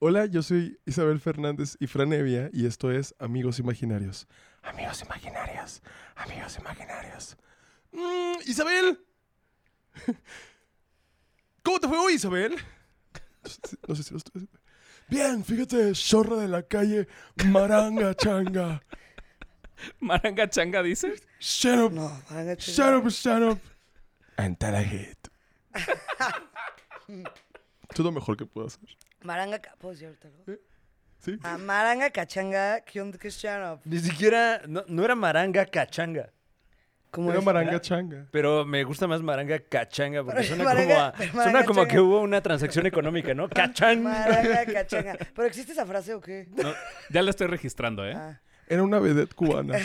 Hola, yo soy Isabel Fernández y Franevia y esto es Amigos Imaginarios. Amigos Imaginarios, amigos Imaginarios. Mm, Isabel, ¿cómo te fue hoy, Isabel? No sé si lo estoy diciendo. Bien, fíjate, zorra de la calle, maranga changa. Maranga changa, dices. Shut up, No, van a shut up, shut up. And tell a hit. Esto es lo mejor que puedo hacer. Maranga, ca- ¿puedo decir ahorita algo? ¿Sí? Ah, maranga, cachanga, ¿qué onda? ¿Qué es chano? Ni siquiera, no, no era maranga cachanga, ¿Cómo Una es? maranga changa. pero me gusta más maranga cachanga porque Pero suena maranga- como, a, pero suena maranga como a changa. que hubo una transacción económica, ¿no? Cachanga. Maranga, cachanga. ¿Pero existe esa frase o qué? No, ya la estoy registrando, ¿eh? Ah. Era una vedette cubana.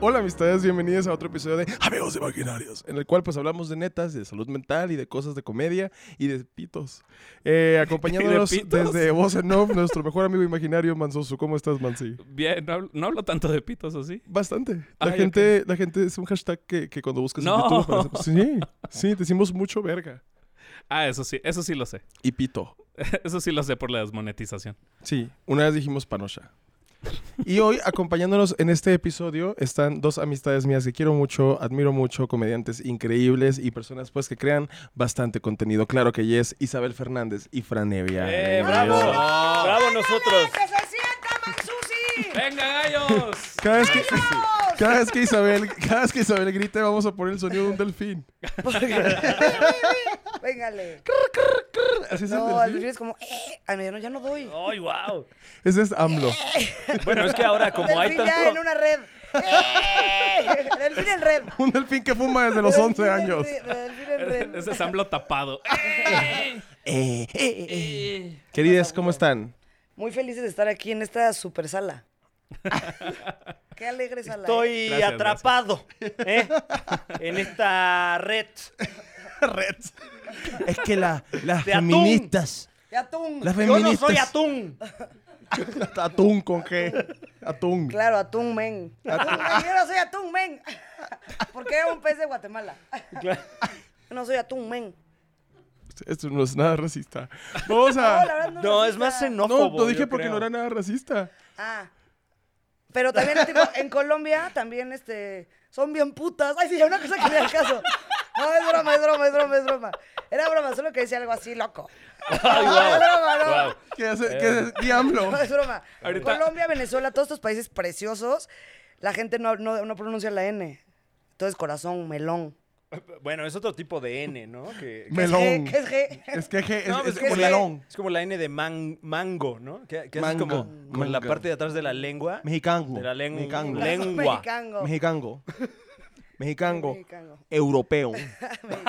Hola amistades, bienvenidos a otro episodio de Amigos Imaginarios, en el cual pues hablamos de netas, de salud mental y de cosas de comedia y de pitos. Eh, acompañándonos ¿Y de pitos? desde Voz en Off, nuestro mejor amigo imaginario Manzoso. ¿Cómo estás, Mansi? Bien, no hablo, no hablo tanto de pitos, ¿o sí? Bastante. La Ay, gente, la gente es un hashtag que, que cuando buscas No. en YouTube aparece- Sí, sí, decimos mucho verga. Ah, eso sí, eso sí lo sé. Y pito. Eso sí lo sé por la desmonetización. Sí, una vez dijimos panocha. Y hoy, acompañándonos en este episodio, están dos amistades mías que quiero mucho, admiro mucho, comediantes increíbles y personas pues que crean bastante contenido. Claro que ella es Isabel Fernández y Fran Evia. ¡Eh, ¡Bravo! bravo! ¡Bravo nosotros! ¡Que se sienta, Mansusi! ¡Venga, gallos! Cada vez, que, cada, vez que Isabel, cada vez que Isabel grite, vamos a poner el sonido de un delfín. Véngale. Así es el No, al delfín. principio es como, eh, al mediano ya no doy. ¡Ay, wow! Ese es AMLO. Bueno, es que ahora como hay Delfín ya en tanto... una red. ¡Eh! Delfín en red. Un delfín que fuma desde los 11 Delfín en años. red, Delfín en red. Ese samblo tapado. Eh, Eh, Queridas, ¿cómo están? Muy felices de estar aquí en esta super sala. Qué alegre sala. ¿eh? Estoy Gracias, atrapado ¿eh? en esta red. red. Es que las De atún. feministas- De atún. Las Yo no soy feministas. atún. Atún con qué? Atún. Claro, atún men. Atún, men. Yo no soy atún men. Porque era un pez de Guatemala. Yo no soy atún men. Esto no es nada racista. Vamos No, a. la verdad no. No, lo es más quita. No, xenófobo. lo dije yo porque creo. no era nada racista. Ah. Pero también tipo, en Colombia también este son bien putas. Ay, sí, una cosa que ni al caso. No, es broma, es broma, es broma, es broma. Era broma, solo que decía algo así, loco. Ay, No, es wow. broma, no. Wow. ¿Qué hace? ¿Qué diablo? No, Eh. es broma. Ahorita- Colombia, Venezuela, todos estos países preciosos, la gente no, no, no pronuncia la N. Entonces, corazón, melón. Bueno, es otro tipo de N, ¿no? ¿Qué Que- es G? Melón. ¿Qué es G? Es que je- es, No, es pues que como es- melón. Es como la N de man- mango, ¿no? Que, que haces Mango, como con la mango. parte de atrás de la lengua. Mexicango. De la lengua. Mexicango. Lengua. Mexicango. Mexicango. Mexicango. Mexicango. Europeo.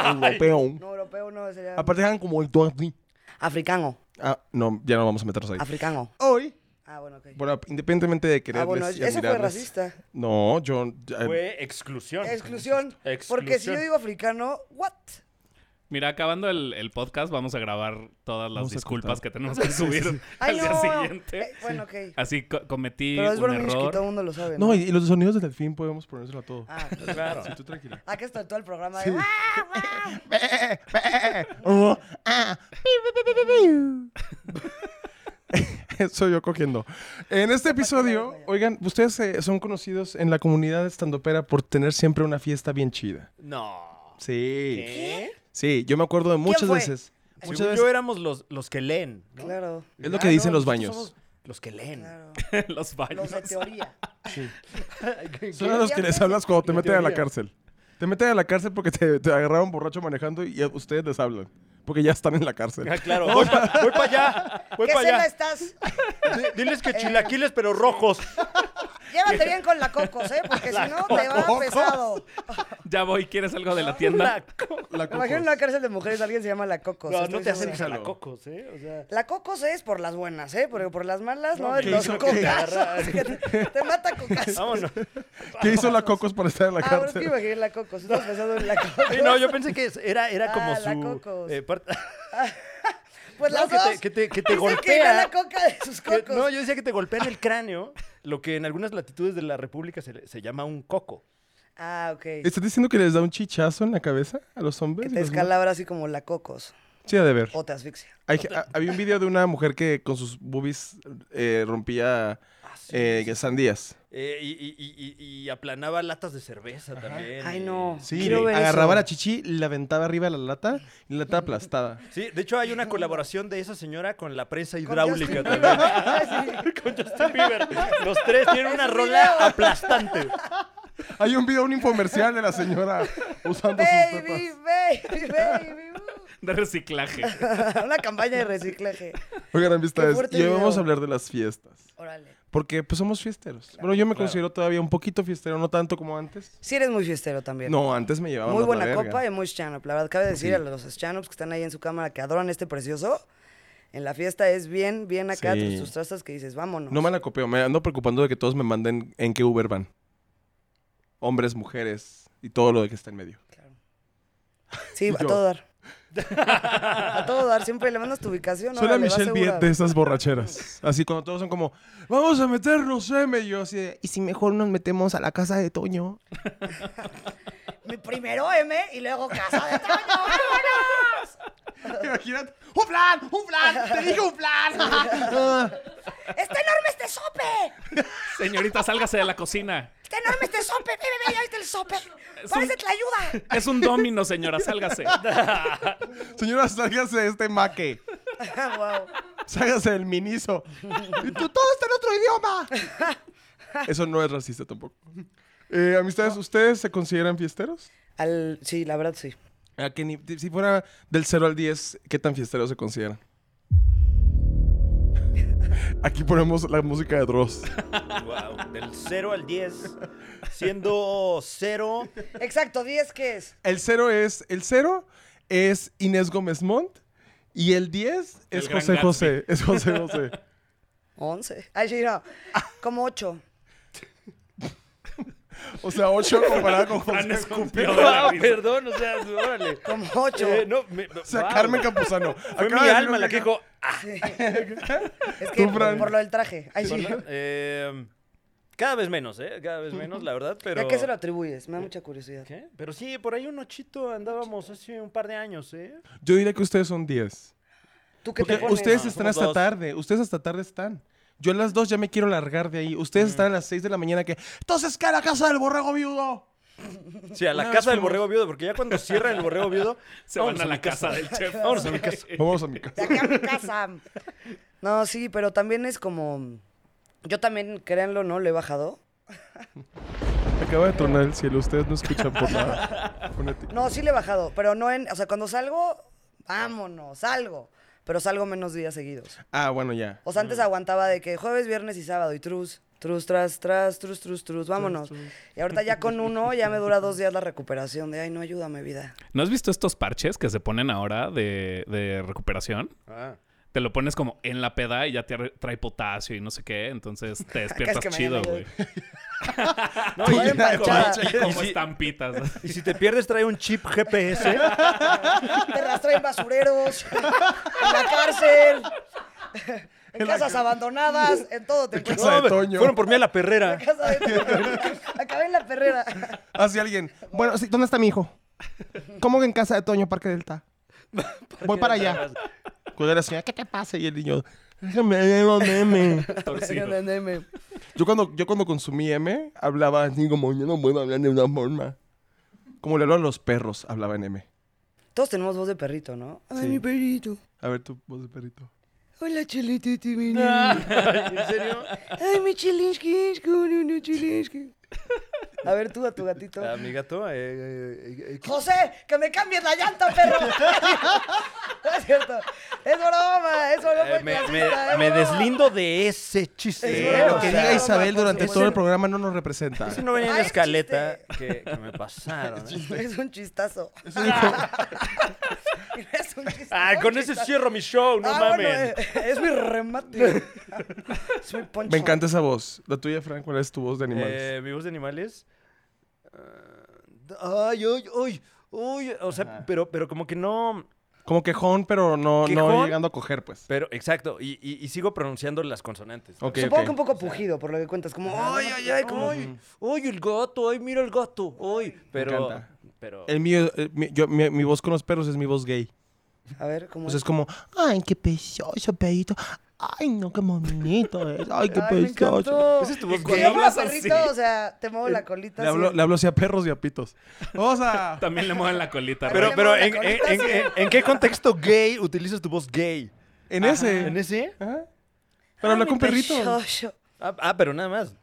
Europeo. No, europeo no sería. Aparte, dejan como el tú así. Africano. Ah, no, ya no vamos a meternos ahí. Africano. Hoy, Ah, bueno, ok. bueno, independientemente de quererles Ah, bueno, y eso fue admirarles- racista. No, yo. eh, Fue exclusión. Exclusión. Porque si yo digo africano, ¿what? Mira, acabando el, el podcast, vamos a grabar todas las Vamos a disculpas cortar. que tenemos que subir al Ay, día no. siguiente. Eh, bueno, ok. Así co- cometí Pero es un broma, es que todo el error. mundo lo sabe. ¿no? no, y, y los sonidos del delfín podemos ponérselo a todo. Ah, Claro. Sí, tú tranquila. acá está todo el programa de. "Ah, Sí. Soy yo cogiendo. En este episodio, oigan, ustedes eh, son conocidos en la comunidad estandopera por tener siempre una fiesta bien chida. No. Sí. ¿Qué? Sí, yo me acuerdo de muchas fue? veces. Según muchas yo veces- éramos los, los que leen. ¿no? Claro, es lo Ah, que dicen no, los nosotros baños. somos Los que leen. claro. Los baños. Los de teoría. Son a los que les hablas cuando te meten a la cárcel. Te meten a la cárcel porque te, te agarraron borracho manejando y a ustedes les hablan. Porque ya están en la cárcel. Ah, claro. Voy, para allá. Voy ¿Qué para cena allá. estás? D- Diles que chilaquiles, pero rojos. Llévate bien con la cocos, ¿eh? Porque si no, te va Cocos. pesado. Ya voy, ¿quieres algo de la tienda? La Me imagino en una cárcel de mujeres alguien se llama la cocos. No, no estoy te segura. acerques a la cocos, ¿eh? O sea. La cocos es por las buenas, ¿eh? Porque por las malas, ¿no? No, ¿qué los hizo que te cocas. agarra? Te, te mata cocas. Vámonos. ¿Qué hizo la Cocos para estar en la Ah, pero es que cárcel? imaginé la cocos. Estás pensando en la cocos. Sí, no, yo pensé que era, era como Ah, la su. Cocos. eh, parte- Pues No, las que dos. te, que te, que te Dicen golpea. que no la coca de sus Que- cocos. no, yo decía que te golpean el cráneo, lo que en algunas latitudes de la República se, le- se llama un coco. Ah, ok. ¿Estás diciendo que les da un chichazo en la cabeza a los que hombres? y te los mu- descalabra así como la cocos Sí, ha de ver. o te asfixia. Hay ge- ha- había un video de una mujer que con sus boobies eh, rompía Ah, eh, sandías. Eh, y, y- y- y- y aplanaba latas de cerveza también. Ay, eh. no. Sí, Quiero le ver agarraba eso. la chichi, la aventaba arriba de la lata y la lata aplastada. Sí, de hecho hay una colaboración de esa señora con la prensa Con Justin hidráulica también. Bieber. Ay, sí. Con Justin Bieber. Los tres tienen una rola aplastante. Hay un video, un infomercial de la señora usando sus Baby, patas. baby, baby. uh. De reciclaje. Una campaña de reciclaje. Oigan, amistades, fuerte y hoy video. vamos a hablar de las fiestas. Órale. Porque pues somos fiesteros. bueno, yo me considero todavía un poquito fiestero, no tanto como antes. Sí eres muy fiestero también. No, antes me llevaban Muy más la buena verga. Pues copa y muy chanop. La verdad, cabe decir a los chanops que están ahí en su cámara que adoran este precioso. En la fiesta es bien, bien acá, Sí. tus, tus trastas que dices, vámonos. No me la copeo, me ando preocupando de que todos me manden en qué Uber van. Hombres, mujeres y todo lo de que está en medio. sí, a yo. todo dar. a todo dar, siempre le mandas tu ubicación. Soy la órale, va Michelle Viet segura. de esas borracheras. Así cuando todos son como, vamos a meternos, M. Y yo así de, ¿y si mejor nos metemos a la casa de Toño? Mi primero M y luego casa de Toño. Imagínate, ¡un plan! ¡un plan! ¡Te dije un plan! Ah, ¡Está enorme este sope! Señorita, sálgase de la cocina. ¡Está enorme este sope! ¡Ve, ve, ve! ¡Ahí está el sope! Es ¡Parece un- tlayuda! Es un domino, señora, sálgase. Señora, sálgase de este maque. wow. Sálgase del miniso. Y tú, todo está en otro idioma. Eso no es racista tampoco. Eh, amistades, ¿ustedes se consideran fiesteros? Al, sí, la verdad sí. ¿A qué ni- si fuera del 0 al 10, ¿qué tan fiesteros se consideran? Aquí ponemos la música de Dross. Wow, del 0 al 10. Siendo 0. Exacto, 10 ¿qué es. El 0 es. El 0 es Inés Gómez Montt. Y el 10 El es gran José Gatsby. José. Es José José. 11. Ay, sí, no. Como 8. O sea, 8 comparado con José. Fran escupió de la Ah, risa. perdón, o sea, órale. Como 8. Eh, no, me- O sea, wow. Carmen Campuzano. Fue Acaba mi de decir alma la que dijo. Es que Tú, Fran. por, por lo del traje. Ay, sí. Perdón, eh, cada vez menos, ¿eh? Cada vez menos, la verdad, pero... ¿A qué se lo atribuyes? Me da mucha curiosidad. ¿Qué? Pero sí, por ahí un ochito andábamos hace un par de años, ¿eh? Yo diría que ustedes son 10. ¿Tú qué te Porque pones? ustedes No, están somos hasta dos. tarde. Ustedes hasta tarde están. Yo a las 2 ya me quiero largar de ahí. Ustedes están a las 6 de la mañana que. Entonces, ¿qué a la casa del borrego viudo? Sí, a la Una casa vez del fuimos- borrego viudo, porque ya cuando cierran el borrego viudo... Se van vámonos a la mi casa del chef. Vámonos a mi casa. Vamos a mi De casa. aquí a mi casa. No, sí, pero también es como... Yo también, créanlo, ¿no? Lo he bajado. Acaba de tronar el cielo. Ustedes no escuchan por nada. Ponete. No, sí le he bajado, pero no en... O sea, cuando salgo, vámonos, salgo. Pero salgo menos días seguidos. Ah, bueno, ya. O sea, antes aguantaba de que jueves, viernes y sábado y trus, trus, tras, tras, trus, trus, trus, vámonos. Y ahorita ya con uno ya me dura dos días la recuperación de, ay, no, ayúdame, vida. ¿No has visto estos parches que se ponen ahora de, de recuperación? Ah. Te lo pones como en la peda y ya te arre- trae potasio y no sé qué, entonces te Es despiertas que me chido, dan güey. ayuda. No, Tú y- ya emparchada. y- y- y Como si- estampitas. y si te pierdes, trae un chip GPS. Te rastré en basureros, en la cárcel, en casas abandonadas, en todo te encuentro. casa de me- Toño. Fueron por mí a la perrera. En casa de- Acabé en la perrera. Así Ah, alguien. Bueno, sí, ¿dónde está mi hijo? ¿Cómo que en casa de Toño, Parque Delta? Voy para allá. Cuando la señora, ¿qué te pasa? Y el niño, déjame ver los memes. torcido. Nene. Yo cuando, yo cuando consumí M, hablaba así como, yo no puedo hablar de una forma. Como le hablo a los perros, hablaba en M. Todos tenemos voz de perrito, ¿no? Ay, mi perrito. A ver tu voz de perrito. Hola, chelete, mi ¿En serio? Ay, mi chilinskis, como no, no, chilinskis. A ver tú a tu gatito. Ah, mi gato, eh, eh, eh, eh, José, que me cambies la llanta, perro. no es cierto. Es broma, eso no fue eh, me, me- clasista, es me broma. deslindo de ese Es chiste. broma. Eh, lo que o diga sea, Claro, Isabel por durante todo supuesto. el programa no nos representa. Eso no venía en Ah, la es escaleta que, que me pasaron. ¿eh? Es un chistazo. Eso dijo, Es un chistazo. Ah, con ese cierro mi show, no Ah, bueno, mames. eh, es mi remate. es mi poncho. me encanta esa voz. La tuya, Frank, ¿cuál es tu voz de animales? Eh, ¿Mi voz de animales? Ah, ay, ay, ay, ay. O sea, pero, pero como que no. Como quejón, pero no, no Quejón. llegando a coger, pues. Pero, exacto, y, y- y sigo pronunciando las consonantes. Ok, Supongo ok. que un poco pujido, por lo que cuentas. Como, ay, ay, ay, como. ay, ay, el gato, ay, mira el gato, ay. Pero, encanta. pero, El mío, eh, mi, yo- mi- mi voz con los perros es mi voz gay. A ver, como. O sea, es como, ay, qué precioso, perrito. Ay, no, qué bonito es. Ay, qué Ay, me precioso. encantó. Esa es tu voz Y cuando le hablo a hablas así. perrito, o sea, te muevo la colita. Le hablo, así. le hablo así a perros y a pitos. O sea, También le mueven la colita. pero, ¿no? pero la ¿en, en, colita, en- sí. en- en qué contexto gay utilizas tu voz gay? en ese. ¿En ese? Ajá. Pero habla Ay, con mi perrito. pechocho. Ah, ah, pero nada más.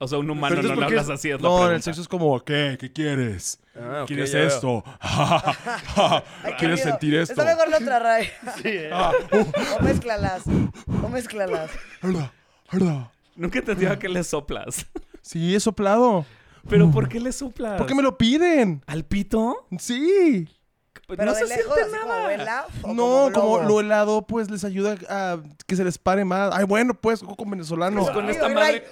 O sea, un humano Pero no entonces, le ¿por qué hablas es- así. Es la No, en el pregunta. sexo es como, ¿qué? ¿Qué quieres? Ah, ok, ¿Quieres ya veo. esto? Ay, qué Ah, ¿Quieres miedo. sentir esto? Está mejor la otra Ray. Sí, eh. Ah, O mezclalas. O mezclalas. hola, hola. Nunca te digo que le soplas. Sí, he soplado. ¿Pero por qué le soplas? ¿Por qué me lo piden? ¿Al pito? Sí. Pero no de se lejos, siente así nada. como vela. o No, como globo. lo helado, pues les ayuda a que se les pare más. Ay, bueno, pues, coco con venezolano. Pues con Ay, esta ay, madre.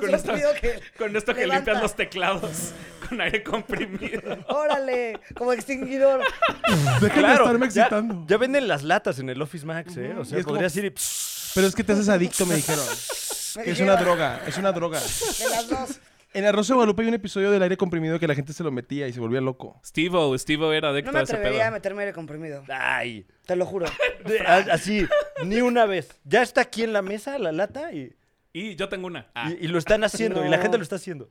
Con esta- sonido que- Con esto que Levanta. limpias los teclados con aire comprimido. Órale, como extinguidor. Dejen de estarme ya- excitando. Ya, venden las latas en el Office Max, ¿eh? O sea, Y es como- podrías ir y... pss, Pero es que te haces adicto, me dijeron. Me Es dijeron, una droga, es una droga. De las dos. En Arroz de Guadalupe hay un episodio del aire comprimido que la gente se lo metía y se volvía loco. Steve-O, Steve-O era adicto No me a ese atrevería a pedo. meterme aire comprimido. Ay. Te lo juro. De- a- así, ni una vez. Ya está aquí en la mesa la lata y, Y yo tengo una. Ah, y- y lo están haciendo, y la No. gente lo está haciendo.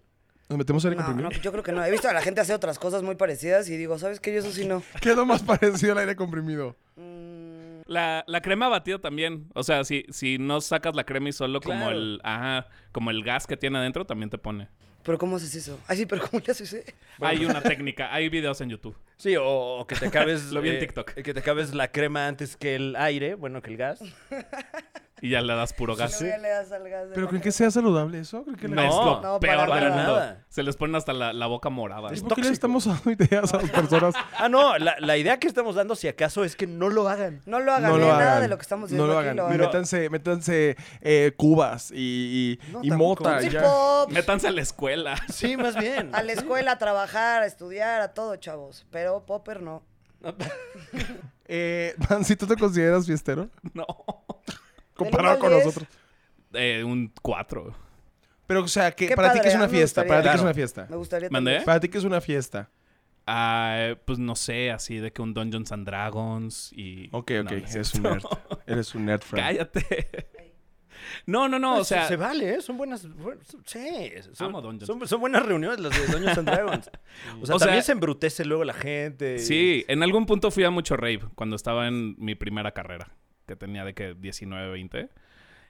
¿Nos metemos aire No, comprimido? no, yo creo que no. He visto a la gente hacer otras cosas muy parecidas y digo, ¿sabes qué? Yo eso sí no. ¿Qué es lo más parecido al aire comprimido? Mm, La, la crema batida también. O sea, si, si no sacas la crema y solo como Claro. el ajá, como el gas que tiene adentro, también te pone. ¿Pero cómo haces eso? Ay, sí, pero ¿cómo le haces eso? Hay una técnica, hay videos en YouTube. Sí, o, o que te acabes... eh, Lo vi en TikTok. Que te acabes la crema antes que el aire, bueno, que el gas. Y ya le das puro gas. No le das al gas de ¿Ah, ¿Pero la creen que sea saludable eso? ¿Creen que No, la- es lo para No, peor del nada. mundo. Se les pone hasta la, la boca morada. ¿Y Es ¿Por qué le tóxico. estamos dando ideas a las personas? Ah, no, la, la idea que estamos dando, si acaso, es que no lo hagan. No lo hagan, no lo eh, nada hagan. de lo que estamos No diciendo lo aquí hagan. lo Y hagan. Métanse, métanse eh, cubas y, y, No, y tampoco. mota. Sí, ya. pop, Métanse a la escuela. Sí, más bien. a la escuela, a trabajar, a estudiar, a todo, chavos. Pero popper no. Eh, Man, si tú te consideras fiestero, No. comparado uno al con diez. nosotros. Eh, un 4. Pero, o sea, que Qué para ti que padre, es a mí una me fiesta, para ti que gustaría. es una fiesta. Me gustaría ¿Mandé? también. Para ti que es una fiesta. pues no sé, así de que un Dungeons and Dragons y. Ok, No, ok, no es eres cierto. un nerd. Eres un nerd, Frank. Cállate. No, no, no, o sea. se vale, ¿eh? Son buenas. bu- son- sí, son, pues, Amo Dungeons. son- son buenas reuniones las de Dungeons and Dragons. O sea, O sea- también se embrutece luego la gente. y- Sí, en algún punto fui a mucho rave cuando estaba en mi primera carrera, que tenía de que 19, 20.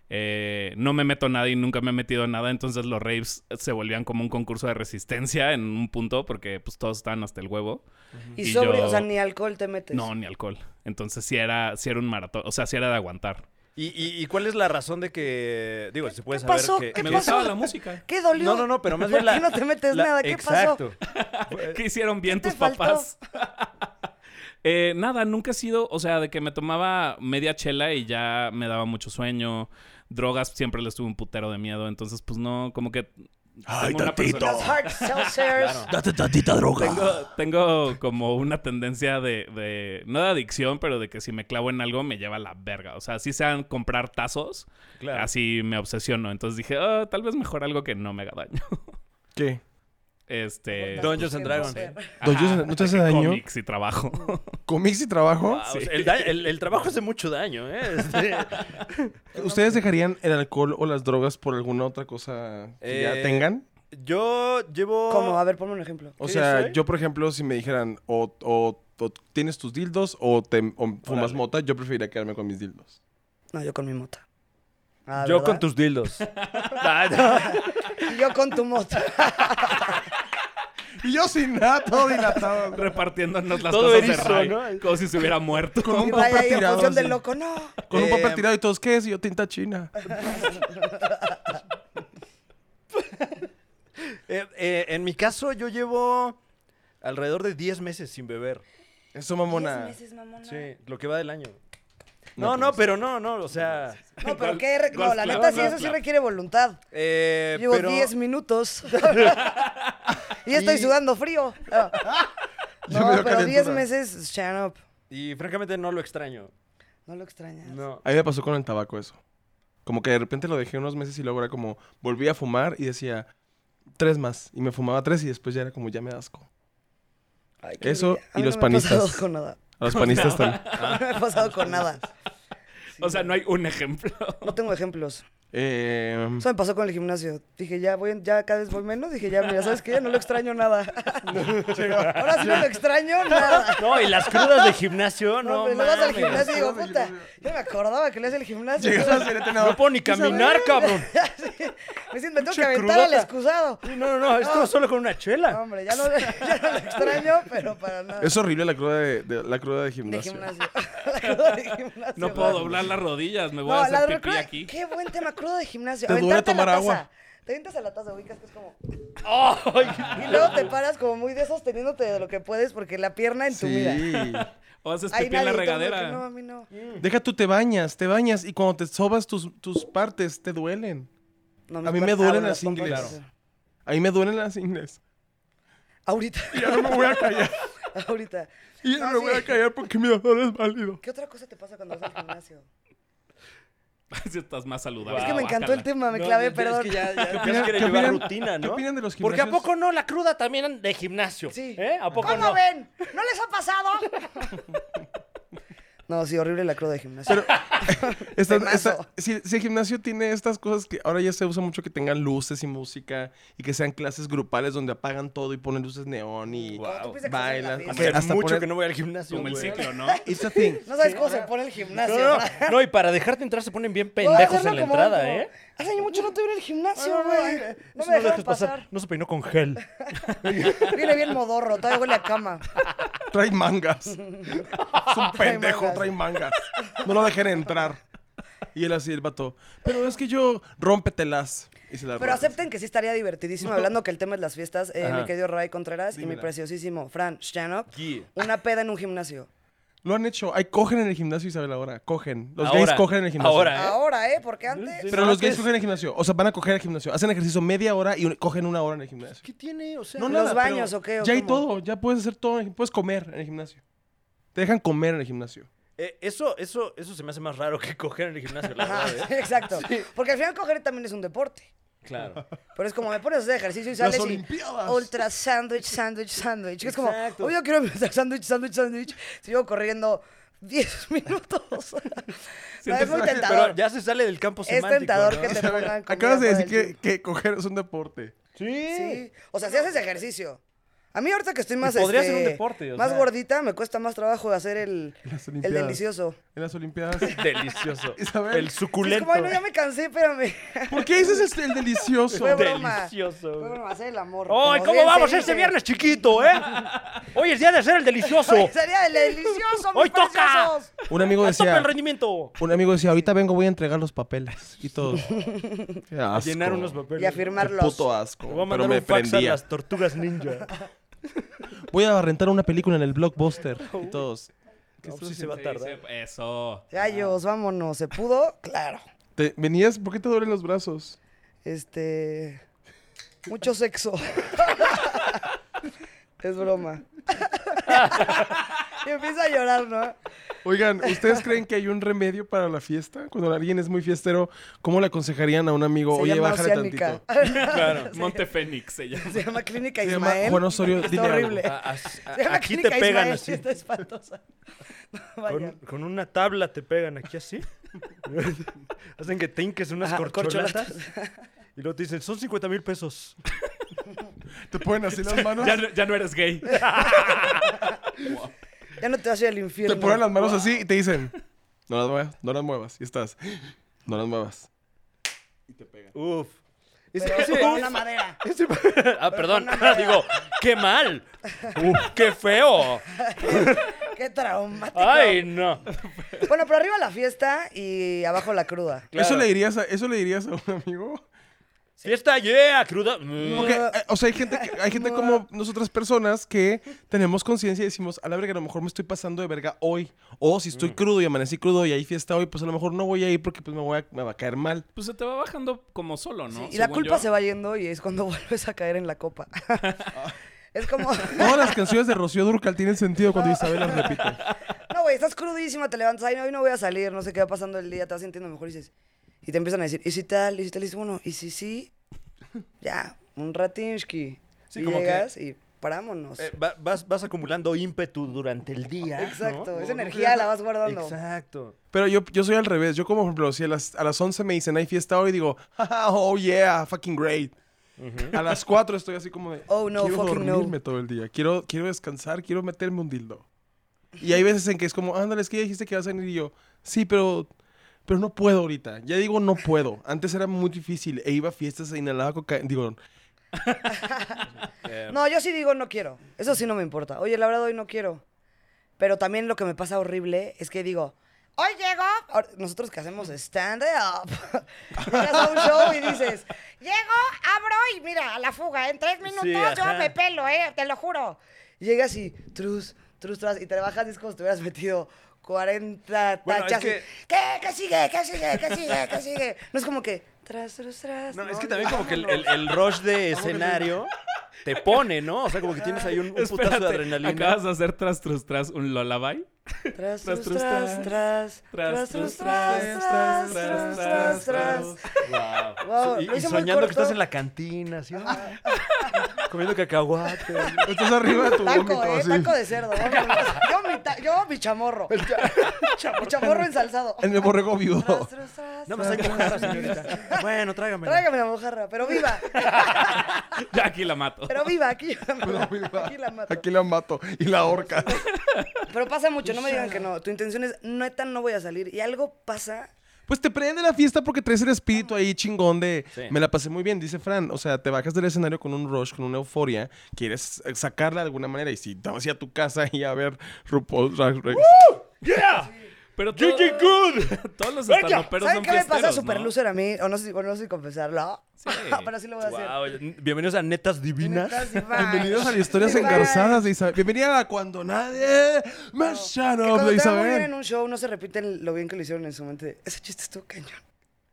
Eh, no me meto a nada y nunca me he metido a nada, entonces los raves se volvían como un concurso de resistencia en un punto porque pues todos estaban hasta el huevo. Y Y sobre, yo- o sea, ni alcohol te metes. No, ni alcohol. Entonces sí era, sí era un maratón, o sea, sí era de aguantar. Y, y- y cuál es la razón de que. Digo, se puede qué saber pasó? que. ¿Qué que- me pasó? gustaba la música. ¿Qué dolió? No, no, no, pero más ¿Por bien la. qué no te metes la- nada? ¿Qué pasó? exacto. ¿Qué hicieron bien te tus faltó? papás? Eh, nada, nunca he sido, o sea, de que me tomaba media chela y ya me daba mucho sueño. Drogas siempre les tuve un putero de miedo, entonces pues no, como que... Ay, tengo una tantito. persona- Los hard seltzers. Date tantita droga. Tengo, tengo como una tendencia de, de- no de adicción, pero de que si me clavo en algo me lleva a la verga. O sea, si sean comprar tazos, Claro. así me obsesiono. Entonces dije, "Ah, tal vez mejor algo que no me haga daño. ¿Qué? Este... Don- Dungeons and Dragons. Dungeons- ¿no te hace daño? Cómics y trabajo. ¿Comics y trabajo? Ah, o sea, el, da- el- el trabajo hace mucho daño, ¿eh? Este, ¿Ustedes dejarían el alcohol o las drogas por alguna otra cosa que ya Eh, tengan? yo llevo. ¿Cómo? A ver, ponme un ejemplo. O ¿qué sea, soy? yo, por ejemplo, si me dijeran o, o- o tienes tus dildos o, te, o fumas Órale. mota, yo preferiría quedarme con mis dildos. No, yo con mi mota. Ah, Yo ¿verdad? con tus dildos. Ah, no. Y Yo con tu mota. Y yo sin nada, todo dilatado. repartiéndonos las Todo cosas de erizo, Ray, ¿no? como si se hubiera muerto. un Y vaya ahí en tirado función así. del loco, no. Con un papel Eh, tirado y todos, ¿qué es? Y yo tinta china. Eh, eh, en mi caso, yo llevo alrededor de 10 meses sin beber. Eso, mamona. Diez meses, mamona. Sí, lo que va del año. No, No, no, pues. pero no, no, o sea. No, pero Gol- qué... re- No, golf la clap, neta, sí, golf eso sí clap. requiere voluntad. eh, Llevo pero- 10 minutos. y estoy Y- sudando frío. Ah, Ya No, me dio pero 10 calentura. meses, shut up. Y francamente no lo extraño. No lo extrañas. No. A mí me pasó con el tabaco eso. Como que de repente lo dejé unos meses y luego era como, volví a fumar y decía, tres más. Y me fumaba tres y después ya era como, ya me da asco. Ay, qué Eso envidia. A y mí los no Me he panistas. pasado con nada. A los panistas también. No me he pasado con nada. O sea, no hay un ejemplo. No tengo ejemplos. Eh, Eso me pasó con el gimnasio. Dije, ya voy, ya cada vez voy menos. Dije, ya, mira, ¿sabes qué? Ya no lo extraño nada. Ahora sí no lo extraño nada. No, y las crudas de No, gimnasio, no. hombre, No, luego vas al gimnasio y digo, Vas al puta, gimnasio. yo me acordaba que le hace el gimnasio. llegas al siguiente, no. no puedo ni caminar, cabrón. Me siento, me tengo Pinche que aventar crudota. al excusado. Sí, No, no, no, esto solo con una No, chela. hombre, ya no, ya no lo extraño, pero para nada. Es horrible la cruda de, de- la cruda de De gimnasio. gimnasio. La cruda de gimnasio. No puedo va. doblar las rodillas, me voy No, a la hacer de pipí cruda- aquí. Qué buen tema, crudo de gimnasio. Te duele Aventarte a la tomar taza. agua. Te avientas a la taza, ubicas que es como... Ay, Y luego te paras como muy de sosteniéndote de lo que puedes porque la pierna en tu Sí. este vida. O haces Ahí pipí en la nadie, todo el mundo que, No, regadera. a mí no. Deja tú, te bañas, te bañas y cuando te sobas tus, tus partes te duelen. No, A mí mis me cuer- duelen bueno, las pompas, ingles. sí. A mí me duelen las ingles. Ahorita, Ya no me voy a callar. ahorita. Y ya no Ah, me voy sí. a callar porque mi dolor es válido. ¿Qué otra cosa te pasa cuando vas al gimnasio? Así estás más saludable. es que me encantó el Guácala. tema, me No, clavé, es que perdón. ya- ya- ya opinan- se quiere qué llevar opinan- rutina, qué ¿é opinan de los Porque ¿a gimnasios? poco no? La cruda también de gimnasio. Sí. ¿Eh? ¿A poco ¿Cómo no? ven? ¿No les ha pasado? no, sí, horrible la cruda de gimnasio. Esta- Temazo. esta- si, si el gimnasio tiene estas cosas que ahora ya se usa mucho que tengan luces y música y que sean clases grupales donde apagan todo y ponen luces neón y Guau. Tú piensas que bailan. estás en la O Hace sea, hasta mucho poner- que no voy al gimnasio. Como el güey. ciclo, ¿no? It's a thing. No sabes cómo se pone el gimnasio. No, no, ¿verdad? no. No, y para dejarte entrar se ponen bien Puedo pendejos hacerlo en la como- entrada, como- ¿eh? Hace mucho no te veo en el gimnasio, No, no, güey. no, No eso me no lo dejaron dejes pasar. pasar. No se peinó con gel. Viene bien modorro, todavía huele a cama. Ah, Trae mangas. Es un pendejo, mangas. trae mangas. No lo dejen entrar. Y él así, el vato. Pero es que yo, rómpetelas. Y se la Pero rompe. acepten que sí estaría divertidísimo hablando que el tema es las fiestas. eh, Ajá. mi querido Ray Contreras y mi Dímela. preciosísimo Fran Shanop. Yeah. Una peda en un gimnasio. Lo han hecho. Ay, cogen en el gimnasio, Isabel, ahora. Cogen. Los gays Ahora, cogen en el gimnasio. ahora. ¿Eh? Ahora, ¿eh? Porque antes. Sí, sí. Pero los gays Antes- cogen en el gimnasio. O sea, van a coger al gimnasio. Hacen ejercicio media hora y un- cogen una hora en el gimnasio. ¿Qué tiene? O sea, No, ¿Los nada, baños pero o qué, o ya hay cómo? todo, ya puedes hacer todo, en el- puedes comer en el gimnasio. Te dejan comer en el gimnasio. eh, eso, eso, eso se me hace más raro que coger en el gimnasio, la Ajá, verdad, sí, ¿eh? exacto. Porque al final coger también es un deporte. Claro. Pero es como me pones a hacer ejercicio y sales y Olimpiadas. ultra sándwich, sándwich, sándwich. Que Es como, Exacto. hoy yo quiero empezar sándwich, sándwich, sándwich. Sigo corriendo 10 minutos. no, es muy tentador. Pero ya se sale del campo es semántico, tentador ¿no? que te pongan comida Acabas de todo decir que, el que coger es un deporte. Sí. Sí. O sea, si haces ejercicio. A mí ahorita que estoy más... podría este, ser un deporte, o Más sea. gordita, me cuesta más trabajo hacer el, Las el Olimpiadas. delicioso. En las Olimpiadas. Delicioso. Isabel. El Es suculento. como, ay, no, ya me cansé, espérame. ¿Por qué dices este, el delicioso? Fue De- broma. Delicioso. Fue güey. broma, hacer el amor. como ¡Ay, cómo bien se vamos este dice. viernes, chiquito, eh! Hoy es día de hacer el delicioso. Ay, Sería el delicioso, mis ¡Hoy toca! preciosos. Un amigo ¡Al tope decía, el rendimiento! un amigo decía, ahorita vengo, voy a entregar los papeles y todo. Qué asco. Llenar unos papeles. Y Qué afirmarlos. puto asco. Le voy a Pero mandar me un fax a prendía. las tortugas ninja. Voy a rentar una película en el blockbuster y todos. ¿qué No, estás pues sí se haciendo? va a Sí, tardar. sí, Eso. Gallos, vámonos. ¿Se pudo? Claro. Te- venías, ¿por qué te duelen los brazos? Este. Mucho sexo. es broma. y empieza a llorar, ¿no? Oigan, ¿ustedes creen que hay un remedio para la fiesta? Cuando alguien es muy fiestero, ¿cómo le aconsejarían a un amigo? Se Oye, llama bájale Oceánica. tantito. Claro. Monte Fénix se llama. Se llama Clínica Se llama Ismael. Juan Osorio, Está dile algo. horrible. A- a- Se llama a- aquí te Clínica pegan Ismael, así. Está espantosa. No Con, vayan. con una tabla te pegan aquí así. Hacen que te hinques unas Ajá, corcholatas. Y luego te dicen, son 50 mil pesos. Te ponen así las manos, Ya no, ya no eres gay. Ya no te vas a ir al infierno. te ponen las manos así y te dicen, no las muevas, no las muevas. Y estás, no las muevas. Uf. Ese- Pero ese- con una madera. ese- ah, perdón. Digo, qué mal. Uf, qué feo. Qué traumático. Ay, no. Bueno, pero arriba la fiesta y abajo la cruda. ¿Eso, Claro. le dirías a, ¿Eso le dirías a un amigo? Fiesta, yeah, cruda. Mm. Porque, eh, o sea, hay gente, que- hay gente como nosotras personas que tenemos conciencia y decimos, a la verga, a lo mejor me estoy pasando de verga hoy. O si estoy crudo y amanecí crudo y hay fiesta hoy, pues a lo mejor no voy a ir porque pues me, voy a, me va a caer mal. Pues se te va bajando como solo, ¿no? Y la Según culpa yo. se va yendo y es cuando vuelves a caer en la copa. Es como. Todas las canciones de Rocío Durcal tienen sentido cuando Isabel las repite. No, güey, estás crudísima, te levantas, ay, no, hoy no voy a salir, no sé qué va pasando el día, te vas sintiendo mejor y dices, y te empiezan a decir, y si tal, y si tal, y dices, bueno, y si sí, ya, un ratinsky. Sí, y como que- llegas y parámonos. Eh, va- vas, vas acumulando ímpetu durante el día. ¿no? Exacto, Como- esa energía la vas guardando. Exacto. Pero yo, yo soy al revés. Yo, como por ejemplo, si a las, a las 11 me dicen hay fiesta hoy, digo, "Jaja, oh yeah, fucking great. A las 4 estoy así como de, Oh, no, quiero fucking no. dormirme todo el día. Quiero, quiero descansar, quiero meterme un dildo. Y hay veces en que es como, ándale, es que ya dijiste que vas a venir y yo, sí, pero, pero no puedo ahorita. Ya digo, no puedo. Antes era muy difícil e iba a fiestas e inhalaba cocaína. Digo, Eh, No, yo sí digo no quiero. Eso sí no me importa. Oye, la verdad hoy no quiero. Pero también lo que me pasa horrible es que digo, hoy llego. Ahora, Nosotros que hacemos stand up. Llegas a un show y dices, llego, abro y mira, a la fuga. ¿eh? En tres minutos yo ajá. me pelo, eh, te lo juro. Y llegas y trus, trus, trus, y te bajas discos, te hubieras metido 40 Bueno, es tachas. y, que- ¿Qué? ¿Qué sigue? ¿Qué sigue? ¿Qué sigue? ¿Qué sigue? No es como que tras, tras, tras. No, es Pues ¿no? que también como que el, Vámonos. el- el rush de escenario te pone, ¿no? O sea, como que tienes ahí un, un putazo de Espérate, adrenalina. Acabas de hacer tras tras tras un lullaby. Tras, Tras, tras, trus, tras, tras, tras, trus, tras, tras, tras, tras, tras. Wow. Wow, Y- lo y hice muy soñando que corto. estás en la cantina, así, ah, comiendo cacahuate. estás arriba de tu Taco, vómito, eh, así. taco de cerdo. vámonos. Yo mi, ta- yo mi chamorro. Mi chamorro ensalzado. En el borrego viudo. Tras, tras, tras, No, pues hay tras, mojarra, tras, señorita. Bueno, tráigamela. Tráigame la mojarra, pero viva. Ya aquí la mato. Pero viva, aquí yo la Pero mato. viva, Aquí la mato. Pues Pues Aquí la mato. Y la horca. Pero pasa mucho, no me digan que no. Tu intención es, neta, no voy a salir. Y algo pasa. Pues te prende la fiesta porque traes el espíritu ahí chingón de Sí. me la pasé muy bien, dice Fran. O sea, te bajas del escenario con un rush, con una euforia, quieres eh, sacarla de alguna manera y si te vas a ir a tu casa y a ver RuPaul's Drag Race. ¡Yeah! Pero todo- ¡Gigi Good! todos los Venga. estandoperos son ¿Saben qué me pasa fiesteros, super ¿no? loser a mí? O no sé, si- o no sé si confesarlo. Sí. pero sí lo voy a hacer. Guau, Bienvenidos a Netas Divinas. Netas divinas. Bienvenidos a las historias Divine. engarzadas de Isabel. Bienvenida a cuando nadie me Que shut up cuando de te va muy bien en Isabel. un show, no se repiten lo bien que lo hicieron en su mente. Ese chiste estuvo cañón.